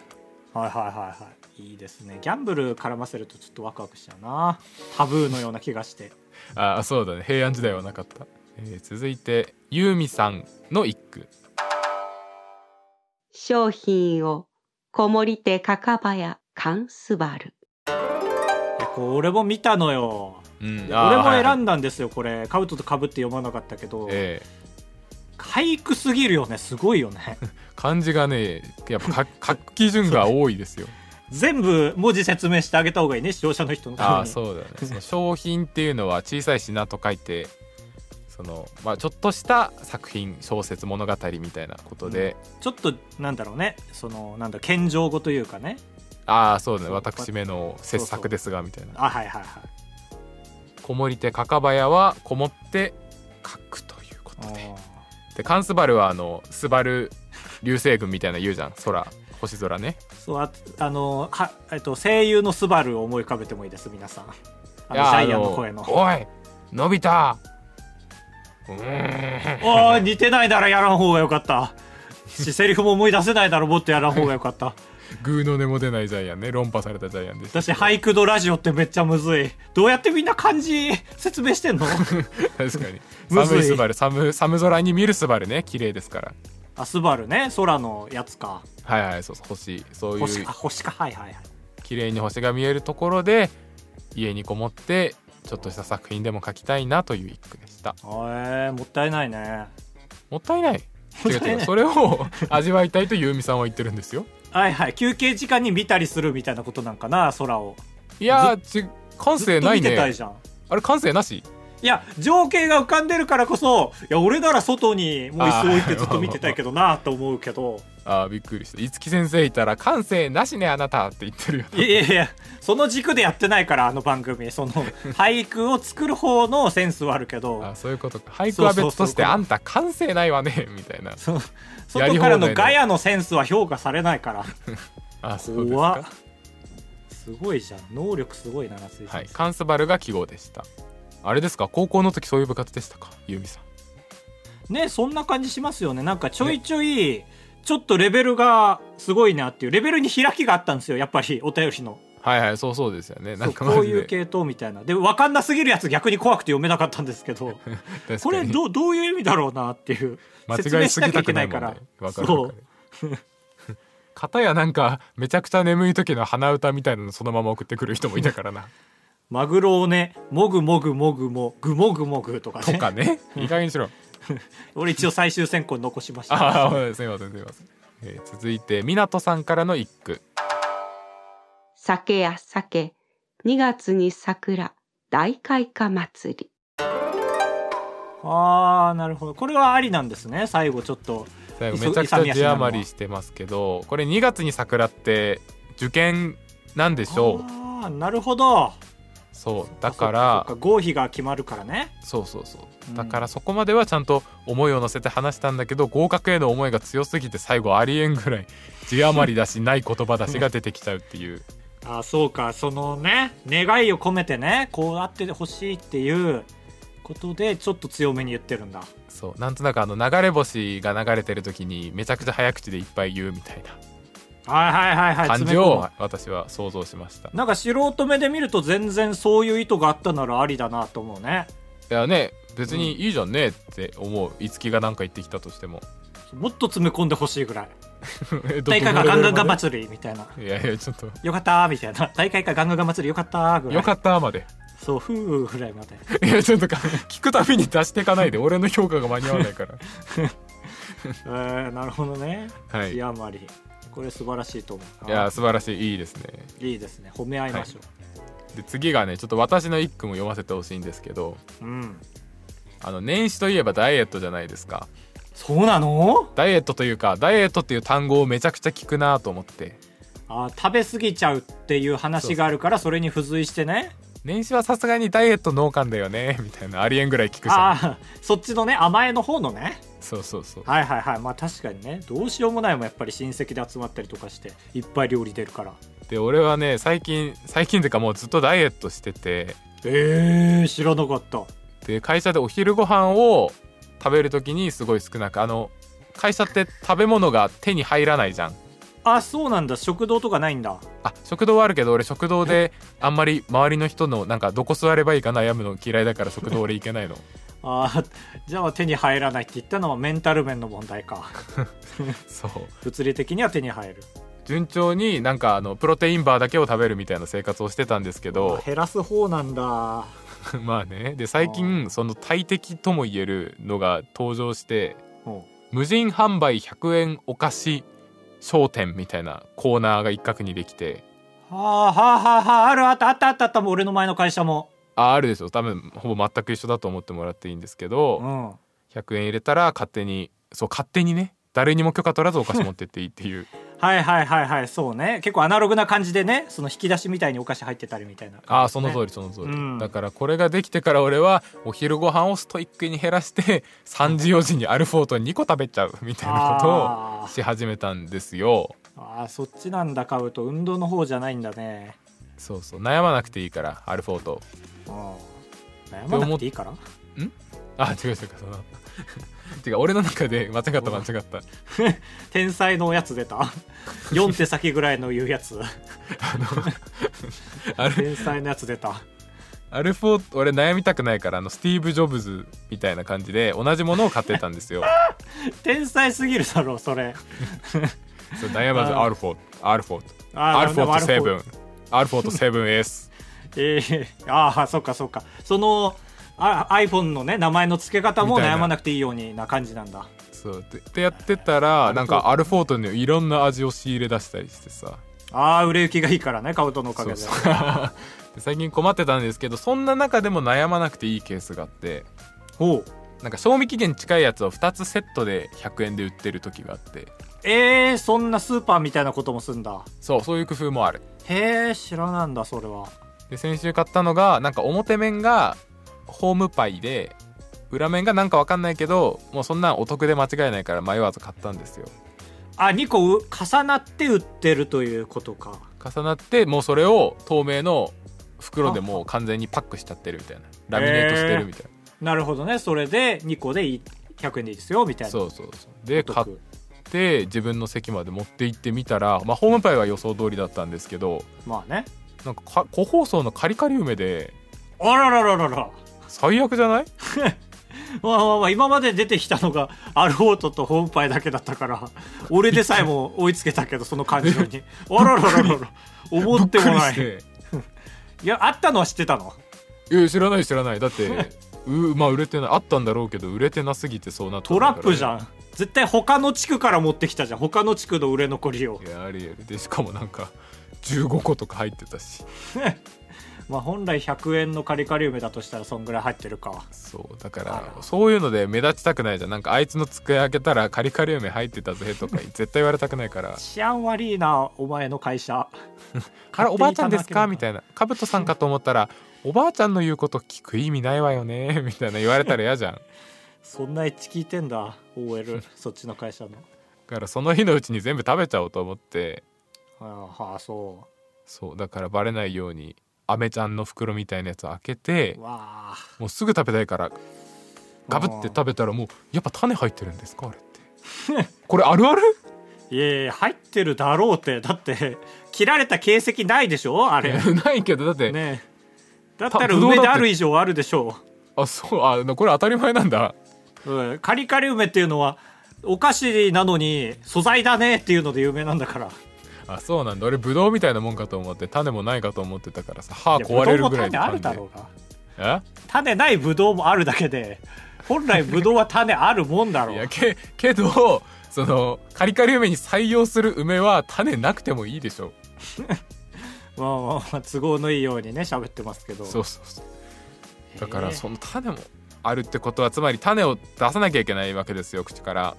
Speaker 3: な
Speaker 2: はいはいはいはいいいですねギャンブル絡ませるとちょっとワクワクしちゃうなタブーのような気がして
Speaker 3: あーそうだね平安時代はなかった、えー続いてユーミさんの一句
Speaker 1: 商品を小森手かかばやかんすばる
Speaker 2: いやこれも見たのよ
Speaker 3: うん
Speaker 2: 俺も選
Speaker 3: だ、
Speaker 2: んだんですよ、これカブトとかぶって読まなかったけど、
Speaker 3: え
Speaker 2: 俳句すぎるよねすごいよ ね
Speaker 3: え漢字がねやっ ぱ書く基準が多いで すよ
Speaker 2: 全部文字説明してあげた方がいいね視聴者の人のた
Speaker 3: あ
Speaker 2: め
Speaker 3: あ
Speaker 2: に
Speaker 3: そうだねその商品っていうのは小さい品と書いてそのまあちょっとした作品小説物語みたいなことで、
Speaker 2: ちょっとなんだろうねそのなんだ謙譲語というかね
Speaker 3: ああそうだね
Speaker 2: そう
Speaker 3: 私めの切作ですがみたいな
Speaker 2: あはいはいはい
Speaker 3: こもり手かかばやはこもって書くということで
Speaker 2: あ
Speaker 3: でカンスバルはあのスバル流星群みたいなの言うじゃん空星空ね
Speaker 2: ーそうああのは、えっと、声優のスバルを思い浮かべてもいいです皆さんあの
Speaker 3: い
Speaker 2: ジャ
Speaker 3: や
Speaker 2: イアンの声の
Speaker 3: あおいのび太うーん
Speaker 2: おー似てないならやらん方がよかったしセリフも思い出せないならもっとやらん方がよかった
Speaker 3: グーの根も出ないジャイアンね論破されたジャイアンでした
Speaker 2: 私俳句のラジオってめっちゃむずいどうやってみんな漢字説明してんの
Speaker 3: 確かに
Speaker 2: むずい
Speaker 3: 寒いスバル寒寒空に見るスバルね綺麗ですから
Speaker 2: あスバルね空のやつか
Speaker 3: はいはいそうそう星そうい
Speaker 2: 星
Speaker 3: う
Speaker 2: か星かはいはいはい
Speaker 3: 綺麗に星が見えるところで家にこもってちょっとした作品でも書きたいなという一句でした
Speaker 2: えー、もったいないね
Speaker 3: もった いない違う違うそれを味わいたいとゆうみさんは言ってるんですよ
Speaker 2: はいはい休憩時間に見たりするみたいなことなんかな空を
Speaker 3: いやーち感
Speaker 2: ず
Speaker 3: 性
Speaker 2: っと
Speaker 3: ない
Speaker 2: 見てたい
Speaker 3: ね
Speaker 2: じゃん、
Speaker 3: あれ感性なし
Speaker 2: いや情景が浮かんでるからこそいや俺なら外にもう椅子置いてずっ と見てたいけどなと思うけど
Speaker 3: あーびっくりした五木先生いたら感性なしねあなたって言ってるよ
Speaker 2: いやいやいやその軸でやってないからあの番組その俳句を作る方のセンスはあるけど
Speaker 3: あそういうことか俳句は別
Speaker 2: そう
Speaker 3: と
Speaker 2: そう
Speaker 3: し
Speaker 2: そう
Speaker 3: てあんた感性ないわねみたいな
Speaker 2: そ
Speaker 3: や
Speaker 2: 外
Speaker 3: り放題だ
Speaker 2: からのガヤのセンスは評価されないから
Speaker 3: あそうです
Speaker 2: 怖っ
Speaker 3: か
Speaker 2: すごいじゃん能力すごいな夏井さん、
Speaker 3: はいカンスバルが記号でしたあれですか高校の時そういう部活でしたかゆうみさん
Speaker 2: ねそんな感じしますよねなんかちょいちょい、ちょっとレベルがすごいなっていうレベルに開きがあったんですよやっぱりお便りの
Speaker 3: はいはいそうそうですよねなんか
Speaker 2: そうこ
Speaker 3: マ
Speaker 2: う
Speaker 3: ジ
Speaker 2: いう
Speaker 3: で
Speaker 2: 系統みたいなで分かんなすぎるやつ逆に怖くて読めなかったんですけど
Speaker 3: 確かに
Speaker 2: これどうどういう意味だろうなっていう説
Speaker 3: 間違
Speaker 2: 明
Speaker 3: い
Speaker 2: し
Speaker 3: す
Speaker 2: な
Speaker 3: ぎ
Speaker 2: きゃ
Speaker 3: た
Speaker 2: いけ
Speaker 3: く
Speaker 2: な
Speaker 3: な
Speaker 2: いか
Speaker 3: いもんね
Speaker 2: ら
Speaker 3: わかるわかる片やなんかめちゃくちゃ眠い時の鼻歌みたいなのそのまま送ってくる人もいたからな
Speaker 2: マグロをねもぐもぐもぐもぐもぐもぐとかね
Speaker 3: とかねいい加減にしろ
Speaker 2: 俺一応最終選考に残しました
Speaker 3: ああすいませんすいません、えー続いてみなとさんからの一句
Speaker 1: 酒や酒2月に桜大開花祭り
Speaker 2: あーなるほどこれはありなんですね最後ちょっと
Speaker 3: 最後
Speaker 2: 急
Speaker 3: めちゃくち
Speaker 2: 勇み
Speaker 3: ゃ
Speaker 2: 足
Speaker 3: 字
Speaker 2: なのは
Speaker 3: 余りしてますけどこれ2月に桜って受験なんでしょう
Speaker 2: あーなるほど
Speaker 3: そうだから
Speaker 2: そっ合否が決まるからね
Speaker 3: そうそうそううんだからそこまではちゃんと思いを乗せて話したんだけど合格への思いが強すぎて最後ありえんぐらい字余りだしない言葉だしが出てきちゃうって いう
Speaker 2: あーそうかそのね願いを込めてねこうあってほしいっていうことでちょっと強めに言ってるんだ
Speaker 3: そうなんとなくあの流れ星が流れてる時にめちゃくちゃ早口でいっぱい言うみたい
Speaker 2: はいはいはいは
Speaker 3: ない感じ
Speaker 2: 詰め込む
Speaker 3: を私は想像しました
Speaker 2: なんか素人目で見ると全然そういう意図があったならありだなと思うね
Speaker 3: いやね別にいいじゃんねって思う五木が何か言ってきたとして も
Speaker 2: もっと詰め込んでほしいぐらい
Speaker 3: えど
Speaker 2: 大
Speaker 3: こ
Speaker 2: 会
Speaker 3: の
Speaker 2: がガ
Speaker 3: レベ
Speaker 2: ンガン
Speaker 3: ルま
Speaker 2: ガン
Speaker 3: で
Speaker 2: 祭りみたいない
Speaker 3: やいやちょっと
Speaker 2: よかったーみたいな 大会かガンガンガン祭りよかったーぐらい
Speaker 3: よかったまで
Speaker 2: そうふうぐらいまで
Speaker 3: いやちょっとか 聞くたびに出していかないで俺の評価が間に合わないから
Speaker 2: えー、なるほどね
Speaker 3: はいい
Speaker 2: 字余りこれ素晴らしいと思う
Speaker 3: や素晴らしいいいですね
Speaker 2: いいですね褒め合いましょ
Speaker 3: で次がねちょっと私の一句も読ませてほしいんですけど
Speaker 2: う、うん
Speaker 3: あの年始といえばダイエットじゃないですか
Speaker 2: そうなの
Speaker 3: ダイエットというかダイエットっていう単語をめちゃくちゃ聞くなと思って
Speaker 2: あー食べ過ぎちゃうっていう話があるからそれに付随してね
Speaker 3: 年始はさすがにダイエット農家だよね みたいなありえんぐらい聞くじゃん
Speaker 2: ああそっちのね甘えの方のね
Speaker 3: そうそうそう
Speaker 2: はいはいはいまあ確かにねどうしようもないもんやっぱり親戚で集まったりとかしていっぱい料理出るから
Speaker 3: で俺はね最近最近っていうかもうずっとダイエットしてて
Speaker 2: えー、知らなかった
Speaker 3: で会社でお昼ご飯を食べる時にすごい少なくあの会社って食べ物が手に入らないじゃん
Speaker 2: あそうなんだ食堂とかないんだ
Speaker 3: あ食堂はあるけど俺食堂であんまり周りの人のなんかどこ座ればいいか悩むの嫌いだから食堂俺行けないの
Speaker 2: あーじゃあ手に入らないって言ったのはメンタル面の問題か
Speaker 3: そう
Speaker 2: 物理的には手に入る
Speaker 3: 順調になんかあのプロテインバーだけを食べるみたいな生活をしてたんですけ
Speaker 2: あ
Speaker 3: ど
Speaker 2: 減らす方なんだ
Speaker 3: まあねで最近その大敵とも言えるのが登場して
Speaker 2: も
Speaker 3: 無人販売100円お菓子商店みたいなコーナーが一角にできて
Speaker 2: うはあはあはあはああるあったあったあったあったもう俺の前の会社も
Speaker 3: ああるでしょ多分ほぼ全く一緒だと思ってもらっていいんですけ
Speaker 2: う
Speaker 3: ど
Speaker 2: ん
Speaker 3: 100円入れたら勝手にそう勝手にね誰にも許可取らずお菓子持ってっていいっていう
Speaker 2: はいはいはいはいそうね結構アナログな感じでねその引き出しみたいにお菓子入ってたりみたいな、
Speaker 3: ああその通りその通り、
Speaker 2: うん
Speaker 3: だからこれができてから俺はお昼ご飯をストイックに減らして3時4時にアルフォート2個食べちゃうみたいなこと
Speaker 2: あ
Speaker 3: を
Speaker 2: ー
Speaker 3: し始めたんですよ
Speaker 2: あーそっちなんだ買うと運動の方じゃないんだね
Speaker 3: そうそう悩まなくていいからアルフォート
Speaker 2: うん悩まなくていいから
Speaker 3: あ違う違うその 違う俺の中で間違った間違った
Speaker 2: 天才のおやつ出た 4手先ぐらいの言うやつ
Speaker 3: あれ
Speaker 2: 天才のやつ出た
Speaker 3: アルフォート俺悩みたくないからあのスティーブ・ジョブズみたいな感じで同じものを買ってたんです よ
Speaker 2: 天才すぎるだろそれ
Speaker 3: そう悩まず
Speaker 2: あー
Speaker 3: アルフォートアルフォート
Speaker 2: あー
Speaker 3: アルフォート
Speaker 2: なんだ
Speaker 3: 7アルフォート 7S
Speaker 2: えー、ああそっかそっかそのあ iPhone のね名前の付け方も
Speaker 3: みたいな
Speaker 2: 悩まなくていいようにな感じなんだ
Speaker 3: そうででやってたらなんかアルフォートにいろんな味を仕入れ出したりしてさ
Speaker 2: ああ売れ行きがいいからねカウトのおかげで
Speaker 3: そうそう で最近困ってたんですけどそんな中でも悩まなくていいケースがあって
Speaker 2: ほう
Speaker 3: なんか賞味期限近いやつを2つセットで100円で売ってる時があって
Speaker 2: えー、そんなスーパーみたいなこともすんだ
Speaker 3: そうそういう工夫もある
Speaker 2: へえ知らなんだそれは
Speaker 3: で先週買ったのがなんか表面がホームパイで裏面がなんかわかんないけどもうそんなんお得で間違いないから迷わず買ったんですよ
Speaker 2: あ2個う重なって売ってるということか
Speaker 3: 重なってもうそれを透明の袋でもう完全にパックしちゃってるみたいなラミネートしてるみたいな、
Speaker 2: なるほどねそれで2個でいい100円でいいですよみたいな
Speaker 3: そううそうそうで買って自分の席まで持って行ってみたら、まあ、ホームパイは予想通りだったんですけど
Speaker 2: まあね
Speaker 3: なんかか個包装のカリカリ梅で
Speaker 2: あららららら
Speaker 3: 最悪じゃない
Speaker 2: まあまあまあ今まで出てきたのがアルフォートとホームパイだけだったから俺でさえも追いつけたけどその 感情にあららららら思ってもない
Speaker 3: びっくりして
Speaker 2: いやあったのは知ってたの
Speaker 3: いや知らない知らないだって うまあ売れてないあったんだろうけど売れてなすぎてそうなった
Speaker 2: トラップじ
Speaker 3: ん
Speaker 2: ゃん絶対他の地区から持ってきたじゃん他の地区の売れ残りを
Speaker 3: だからいやありえるでしかもなんか15個とか入ってたし
Speaker 2: まあ本来100円のカリカリ梅だとしたらそんぐらい入ってるか
Speaker 3: そうだ
Speaker 2: あ
Speaker 3: から
Speaker 2: ら
Speaker 3: そういうので目立ちたくないじゃんなんかあいつの机開けたらカリカリ梅入ってたぜとか 絶対言われたくないから「
Speaker 2: 治安悪いなお前の会社
Speaker 3: あれおばあちゃんですか?」み
Speaker 2: 勝手に
Speaker 3: たいな「かぶとさんかと思ったら「おばあちゃんの言うこと聞く意味ないわよね」 みたいな言われたら嫌じゃんだ
Speaker 2: そんなエッチ聞いてんだ OL そっちの会社の
Speaker 3: からその日のうちに全部食べちゃおうと思って
Speaker 2: ああはあそ
Speaker 3: そうだからバレないようにアメちゃんの袋みたいなやつを開けて
Speaker 2: うわあ
Speaker 3: もうすぐ食べたいからガブって食べたらもうやっぱ種入ってるんですかあれって これあるある
Speaker 2: いやいや入ってるだろうってだって切られた形跡ないでしょあ れ
Speaker 3: ないけどだって、
Speaker 2: ねえだった
Speaker 3: た
Speaker 2: ら
Speaker 3: ぶどうだっ
Speaker 2: 梅
Speaker 3: て
Speaker 2: である以上あるでしょ
Speaker 3: あそうあこれ当たり前なんだ
Speaker 2: う、うん、カリカリ梅っていうのはお菓子なのに素材だねっていうので有名なんだから
Speaker 3: あそうなんだ俺ブドウみたいなもんかと思って種もないかと思ってたからさ歯
Speaker 2: いや
Speaker 3: 壊れるぐ
Speaker 2: ぶどうも
Speaker 3: らい
Speaker 2: 種
Speaker 3: で
Speaker 2: あるだろうが
Speaker 3: え
Speaker 2: 種ないブドウもあるだけで本来ブドウは種あるもんだろ
Speaker 3: いうやけけどそのカリカリ梅に採用する梅は種なくてもいいでしょ
Speaker 2: まあまあまあ都合のいいようにね喋ってますけど
Speaker 3: そうそうそうだか
Speaker 2: へ
Speaker 3: ら
Speaker 2: え
Speaker 3: その種もあるってことはつまり種を出さなきゃいけないわけですよ口から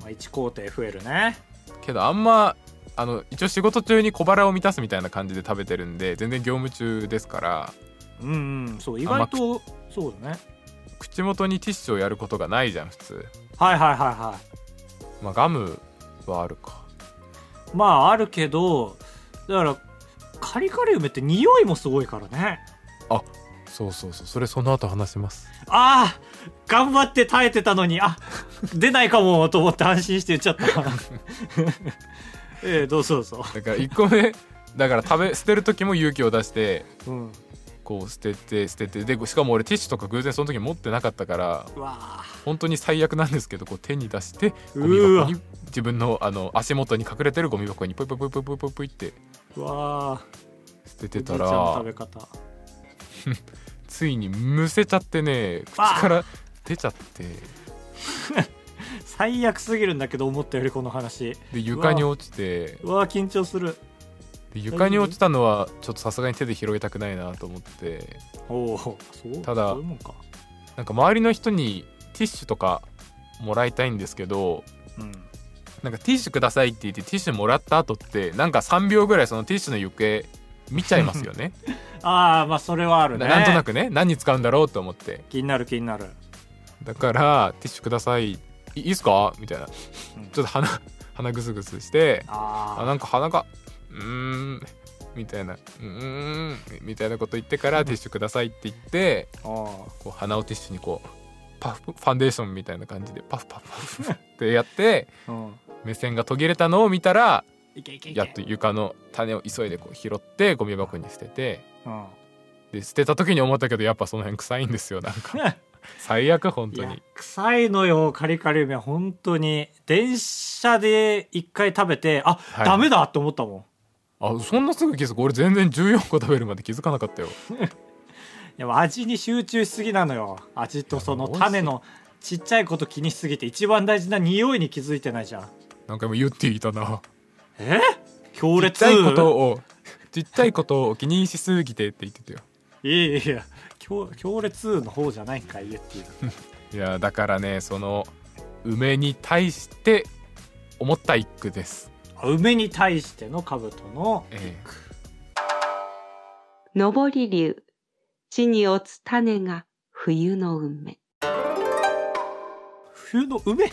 Speaker 2: まあ、1工程増えるね
Speaker 3: けどあんまあの一応仕事中に小腹を満たすみたいな感じで食べてるんで全然業務中ですから
Speaker 2: うんうんそう意
Speaker 3: あま
Speaker 2: 外
Speaker 3: く
Speaker 2: とそうだね
Speaker 3: 口元にティッシュをやることがないじゃん普通
Speaker 2: はいはいはいは
Speaker 3: まあガムはあるか
Speaker 2: いまああるけどだからカリカリ梅って匂いもすごいからね
Speaker 3: そうそうそうそれその後話します
Speaker 2: ああ頑張って耐えてたのにあ出ないかもと思って安心して言っちゃ ったええどうぞどうぞ、
Speaker 3: だから1個目だから食べ捨てる時も勇気を出して
Speaker 2: うん、
Speaker 3: こう捨てて捨ててでしかも俺ティッシュとか偶然その時持ってなかったから
Speaker 2: うわあ
Speaker 3: 本当に最悪なんですけどこう手に出して
Speaker 2: う
Speaker 3: ゴミ箱
Speaker 2: ー
Speaker 3: に自分のあの足元に隠れてるゴミ箱にポイポイポイポイポイポイポイって
Speaker 2: うわあ
Speaker 3: 捨ててた
Speaker 2: おじいちゃんの
Speaker 3: ら
Speaker 2: 食べ方
Speaker 3: ついにむせちゃってね口から出ちゃって
Speaker 2: 最悪すぎるんだけど思ったよりこの話
Speaker 3: で床に落ちて
Speaker 2: うわあ緊張する
Speaker 3: で床に落ちたのはちょっとさすがに手で広げたくないなと思って
Speaker 2: おおそう
Speaker 3: ただ
Speaker 2: そういうもんか
Speaker 3: なんか周りの人にティッシュとかもらいたいんですけど
Speaker 2: うん
Speaker 3: なんかティッシュくださいって言ってティッシュもらった後ってなんか3秒ぐらいそのティッシュの行方見ちゃいますよね
Speaker 2: ああまあ それはあるね
Speaker 3: ななんとなくね何に使うんだろうと思って
Speaker 2: 気になる気になる
Speaker 3: だからティッシュくださいいいいっすかみたいなち
Speaker 2: うん
Speaker 3: ょっと鼻 鼻ぐすぐすしてあ
Speaker 2: あ
Speaker 3: なんか鼻がうーんみたいなうーんみたいなこと言ってからティッシュくださいって言って
Speaker 2: ああ
Speaker 3: こう鼻をティッシュにこうパフファンデーションみたいな感じでパフパフパフってやって
Speaker 2: あうん
Speaker 3: 目線が途切れたのを見たら
Speaker 2: いけいけいけ
Speaker 3: やっと床の種を急いでこう拾ってゴミ箱に捨てて
Speaker 2: うん
Speaker 3: で捨てた時に思ったけどやっぱその辺臭いんですよなん か最悪本
Speaker 2: い
Speaker 3: 当
Speaker 2: や
Speaker 3: に
Speaker 2: 臭いのよカリカリ梅本当に電車で一回食べてあ、
Speaker 3: い
Speaker 2: ダメだと思ったもん
Speaker 3: あそんなすぐ気づく俺全然14個食べるまで気づかなかったよ
Speaker 2: でも味に集中しすぎなのよ味とその種のちっちゃいこと気にしすぎて一番大事な匂いに気づいてないじゃん
Speaker 3: なんか今言っていたな
Speaker 2: え強
Speaker 3: ちっ
Speaker 2: 烈
Speaker 3: ちゃいことをちっちゃいことを気にしすぎてって言ってたよ
Speaker 2: いやいやいや強強烈の方じゃないんかいえっていう
Speaker 3: いやだからねその梅に対して思った一句です、
Speaker 2: あ梅に対しての兜の
Speaker 3: ええ
Speaker 1: 上り竜地に落つ種が冬の梅
Speaker 2: 冬の梅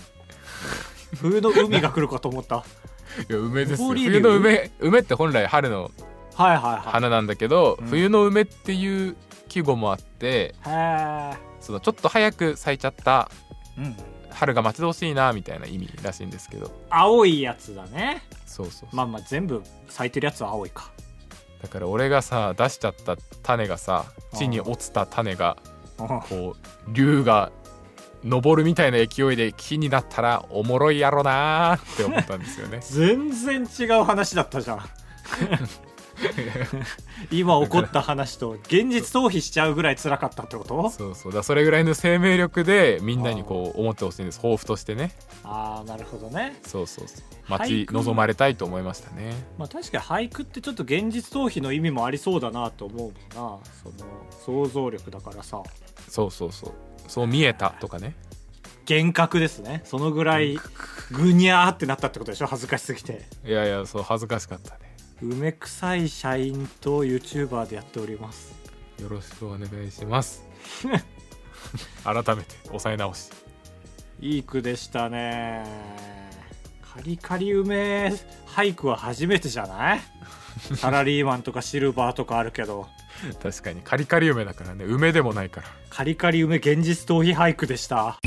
Speaker 2: 冬の海が来るかと思ったはい
Speaker 3: いや梅ですよ
Speaker 2: 上り
Speaker 3: 冬の梅梅って本来春の
Speaker 2: はいはい
Speaker 3: 花なんだけど、
Speaker 2: うん
Speaker 3: 冬の梅っていう季語もあって
Speaker 2: へ
Speaker 3: そのちょっと早く咲いちゃった
Speaker 2: え、うん、
Speaker 3: 春が待ち遠しいなみたいな意味らしいんですけど
Speaker 2: 青いやつだね
Speaker 3: そうそうそう
Speaker 2: まあまあ全部咲いてるやつは青いか
Speaker 3: だから俺がさ出しちゃった種がさ地に落ちた種が
Speaker 2: うん
Speaker 3: こう竜が昇るみたいな勢いで木になったらおもろいやろなーって思ったんですよね
Speaker 2: 全然違う話だったじゃん今起こった話と現実逃避しちゃうぐらい辛かったってこと
Speaker 3: そうそうだからそれぐらいの生命力でみんなにこう思ってほしいんです抱負としてね
Speaker 2: ああなるほどね
Speaker 3: そうそうそう
Speaker 2: 俳
Speaker 3: 待ち
Speaker 2: 句
Speaker 3: 望まれたいと思いましたね
Speaker 2: まあ確かに俳句ってちょっと現実逃避の意味もありそうだなと思うもんなその想像力だからさ
Speaker 3: そうそうそうそう見えたとかね
Speaker 2: 幻覚ですねそのぐらいぐにゃーってなったってことでしょ恥ずかしすぎて
Speaker 3: いやいやそう恥ずかしかったね
Speaker 2: 梅臭い社員と YouTuber でやっております
Speaker 3: よろしくお願いします 改めて抑え直し
Speaker 2: いい句でしたねカリカリ梅俳句は初めてじゃないサラリーマンとかシルバーとかあるけど
Speaker 3: 確かにカリカリ梅だからね梅でもないから
Speaker 2: カリカリ梅現実逃避俳句でした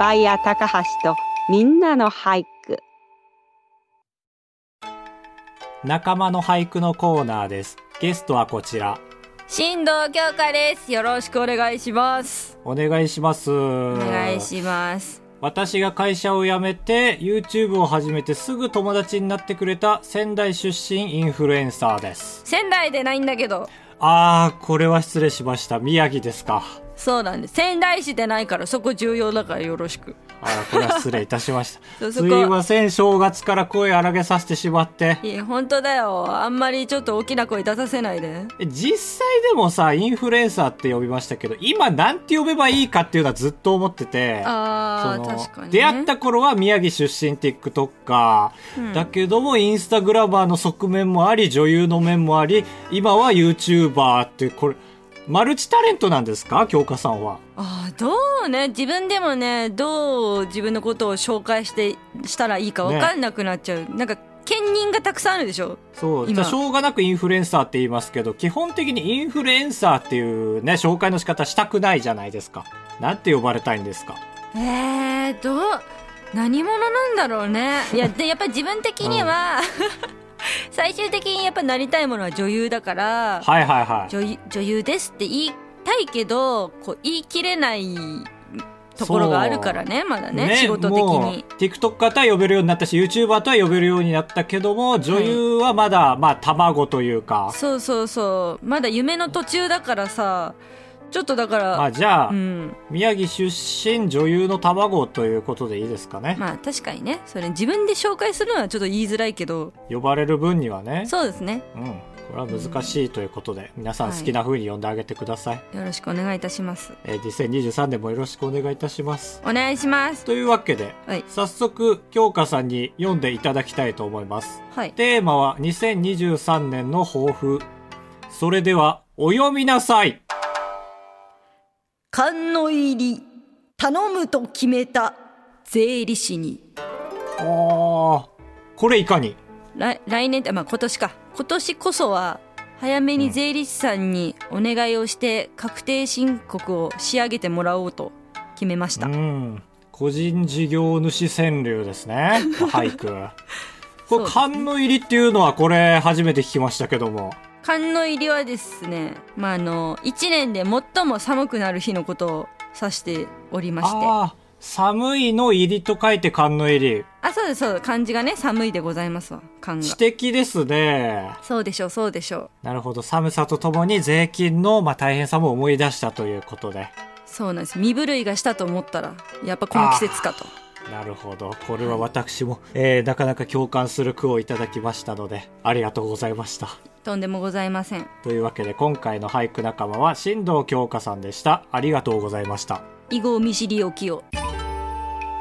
Speaker 1: バイヤー高橋とみんなの俳句
Speaker 2: 仲間の俳句のコーナーですゲストはこちら
Speaker 6: 新藤京香です。よろしくお願いします。
Speaker 2: お願いしますお
Speaker 6: お願いします。
Speaker 2: 私が会社を辞めて YouTube を始めてすぐ友達になってくれた仙台出身インフルエンサーです
Speaker 6: 仙台でないんだけど。
Speaker 2: あーこれは失礼しました宮城ですか
Speaker 6: そうなんです。仙台市でないからそこ重要だからよろしく。
Speaker 2: あーこれは失礼いたしました
Speaker 6: そう
Speaker 2: す
Speaker 6: そ
Speaker 2: い
Speaker 6: こ
Speaker 2: ません正月から声荒げさせてしまって
Speaker 6: いや、本当だよ。あんまりちょっと大きな声出させないで。
Speaker 2: え実際でもさインフルエンサーって呼びましたけど今なんて呼べばいいかっていうのはずっと思ってて
Speaker 6: あ
Speaker 2: その
Speaker 6: ー、確かに、ね。
Speaker 2: 出会った頃は宮城出身 TikToker、
Speaker 6: うん
Speaker 2: だけどもインスタグラマーの側面もあり女優の面もあり今は YouTuber ってこれマルチタレントなんですか京香さんは
Speaker 6: あーどうね。自分でもね、どう自分のことを紹介して、したらいいかわかんなくなっちゃう。なんか、兼任がたくさんあるでしょ。
Speaker 2: そう
Speaker 6: 今
Speaker 2: しょうがなくインフルエンサーって言いますけど基本的にインフルエンサーっていうね紹介の仕方したくないじゃないですかなんて呼ばれたいんですか
Speaker 6: えー、どう何者なんだろうねいやでやっぱり自分的には、 最終的にやっぱなりたいものは女優だから
Speaker 2: はいはいはい
Speaker 6: 女優女優ですって言いたいけどこう言い切れないところがあるからねまだね仕事的
Speaker 2: もう
Speaker 6: に
Speaker 2: TikToker とは呼べるようになったし YouTuber とは呼べるようになったけども女優はまだ、まあ卵というか
Speaker 6: そうそうそうまだ夢の途中だからさちょっとだから、
Speaker 2: まあじゃあ、
Speaker 6: うん
Speaker 2: 宮城出身女優の卵ということでいいですかね、
Speaker 6: まあ確かにねそれ自分で紹介するのはちょっと言いづらいけど
Speaker 2: 呼ばれる分にはね
Speaker 6: そうですね
Speaker 2: うんこれは難しいということで、皆さん好きな風に呼んであげてください、
Speaker 6: よろしくお願いいたします
Speaker 2: えー2023年もよろしくお願いいたします
Speaker 6: お願いします
Speaker 2: というわけで
Speaker 6: はい
Speaker 2: 早速京香さんに読んでいただきたいと思います
Speaker 6: はい
Speaker 2: テーマは2023年の抱負それではお読みなさい
Speaker 6: 勘の入り頼むと決めた税理士に
Speaker 2: あーこれいかに
Speaker 6: 来来年ってまあ今年か今年こそは早めに税理士さんにお願いをして確定申告を仕上げてもらおうと決めまし
Speaker 2: う
Speaker 6: た
Speaker 2: ん個人事業主川柳です ね俳句これ
Speaker 6: そうですね
Speaker 2: 勘の入りっていうのはこれ初めて聞きましたけども
Speaker 6: 勘の入りはですねまああの1年で最も寒くなる日のことを指しておりましてあ
Speaker 2: ああ寒いの入りと書いて勘の入り
Speaker 6: あそうですそうです漢字がね寒いでございますわ漢が
Speaker 2: 知的ですね。
Speaker 6: そうでしょうそうでしょう
Speaker 2: なるほど。寒さとともに税金の、まあ、大変さも思い出したということで。
Speaker 6: そうなんです身震いがしたと思ったらやっぱこの季節かと
Speaker 2: なるほど。これは私も、えーなかなか共感する句をいただきましたので、ありがとうございました。
Speaker 6: とんでもございません
Speaker 2: というわけで、今回の俳句仲間は、新藤京香さんでした。ありがとうございました。
Speaker 6: 以後見知りおきを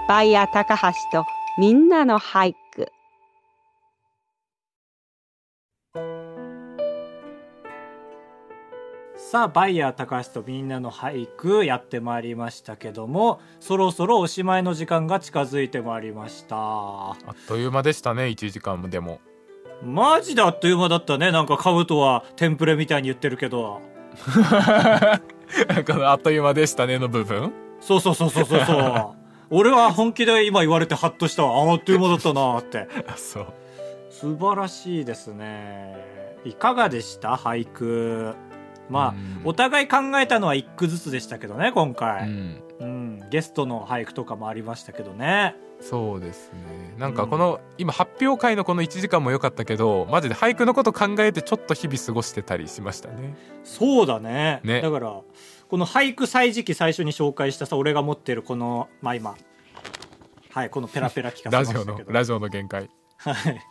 Speaker 1: バイヤー高橋とみんなの俳句。
Speaker 2: さあ、バイヤー高橋とみんなの俳句やってまいりましたけども、そろそろおしまいの時間が近づいてまいりました。
Speaker 3: あっという間でしたね1時間も でも
Speaker 2: マジであっという間だったね。なんか兜はテンプレみたいに言ってるけど。
Speaker 3: この「あっという間でしたね」の部分
Speaker 2: そうそうそうそうそうそう。俺は本気で今言われてハッとしたわ。ああっという間だったなーって。
Speaker 3: あそう
Speaker 2: 素晴らしいですね。いかがでした俳句。まあ、お互い考えたのは一句ずつでしたけどね、今
Speaker 3: う
Speaker 2: 回。
Speaker 3: ん
Speaker 2: うん、ゲストの俳句とかもありましたけどね。
Speaker 3: そうですねなんかこの、今発表会のこの1時間も良かったけどマジで俳句のこと考えてちょっと日々過ごしてたりしましたね
Speaker 2: そうだね。
Speaker 3: ね
Speaker 2: だから、この俳句歳時期最初に紹介したさ、俺が持ってるこの、まあ今、はい、このペラペラ聞かせ
Speaker 3: ラ
Speaker 2: まし
Speaker 3: ジ
Speaker 2: た
Speaker 3: オ
Speaker 2: けど
Speaker 3: の。ラジオの限界
Speaker 2: はい。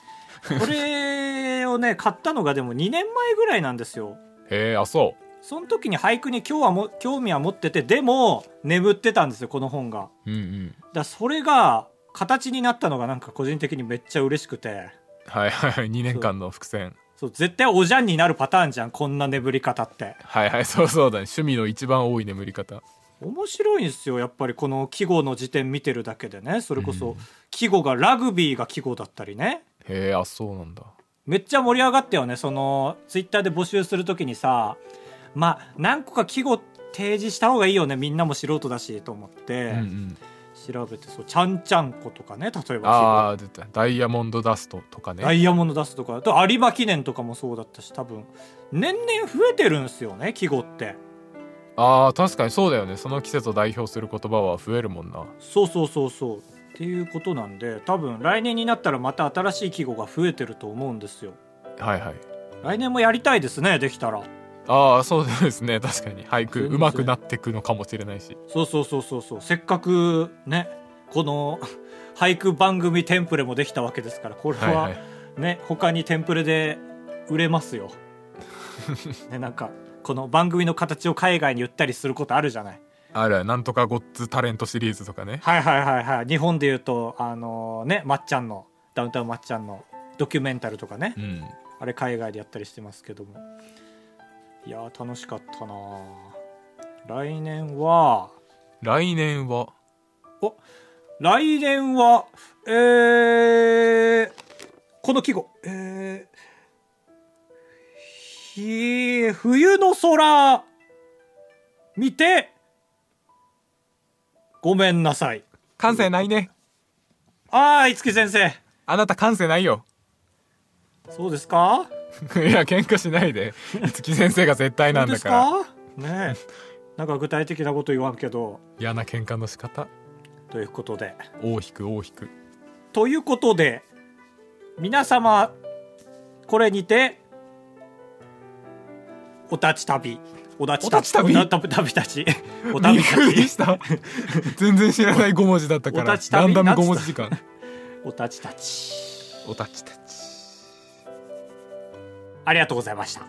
Speaker 2: これをね、買ったのがでも2年前ぐらいなんですよ。
Speaker 3: へえあそ
Speaker 2: その時に俳句に今日はも興味は持ってて、でも眠ってたんですよ、この本が。
Speaker 3: ううんうん
Speaker 2: だからそれが形になったのがなんか個人的にめっちゃ嬉しくて。
Speaker 3: はいはいはい2年間の伏線
Speaker 2: そう、絶対おじゃんになるパターンじゃん、こんな眠り方って。
Speaker 3: はいはいそうそうだね趣味の一番多い眠り方
Speaker 2: 面白いんですよ、やっぱりこの季語の辞典見てるだけでね。それこそ、季語がラグビーが季語だったりね。
Speaker 3: へえあそうなんだ
Speaker 2: めっちゃ盛り上がったよねそのツイッターで募集するときにさまあ何個か季語提示した方がいいよねみんなも素人だしと思っ
Speaker 3: う
Speaker 2: て
Speaker 3: んうん
Speaker 2: 調べて、そうちゃんちゃんことかね例えば
Speaker 3: ああ出たダイヤモンドダストとかね
Speaker 2: ダイヤモンド出すとかあと有馬記念とかもそうだったし多分年々増えてるんですよね季語って
Speaker 3: ああ確かにそうだよねその季節を代表する言葉は増えるもんな
Speaker 2: そうそうそうそうっていうことなんで多分来年になったらまた新しい季語が増えてると思うんですよ
Speaker 3: はいはい
Speaker 2: 来年もやりたいですねできたら
Speaker 3: ああそうですね確かに俳句
Speaker 2: 全然
Speaker 3: 上手くなってくのかもしれないし
Speaker 2: そうそうそうそうそうせっかくねこの 俳句番組テンプレもできたわけですからこれ
Speaker 3: はいは
Speaker 2: はいね、他にテンプレで売れます よ、ね、なんかこの番組の形を海外に売ったりすることあるじゃない
Speaker 3: あるあるなんとかごっつタレントシリーズとかね
Speaker 2: はいはいはいはい日本で言うとあのねまっちゃんのダウンタウンまっちゃんのドキュメンタルとかね
Speaker 3: うん
Speaker 2: あれ海外でやったりしてますけどもいやー楽しかったなー来年は
Speaker 3: 来年は
Speaker 2: 来年は、えー、この季語、えー、ひ、冬の空、見て、ごめんなさい。
Speaker 3: 感性ないね
Speaker 2: あー、いつき先生。
Speaker 3: あなた感性ないよ
Speaker 2: そうですか
Speaker 3: いや喧嘩しない で月先生が絶対なんだから
Speaker 2: そうですかねえ。なんか具体的なこと言わんけど、
Speaker 3: 嫌な喧嘩の仕方
Speaker 2: ということで。
Speaker 3: 大引く大引く
Speaker 2: ということで、皆様、これにて、お立ち旅。お立ち
Speaker 3: お立ち旅
Speaker 2: お立ち旅立ち。お
Speaker 3: び
Speaker 2: 旅
Speaker 3: っ
Speaker 2: 立
Speaker 3: くり
Speaker 2: ち。
Speaker 3: した全然知らない5文字だったから
Speaker 2: お立ち旅
Speaker 3: ランダム
Speaker 2: なんつっ
Speaker 3: 5
Speaker 2: た
Speaker 3: 文字時 間
Speaker 2: お立ち立ち。
Speaker 3: おたちたち
Speaker 2: ありがとうございました。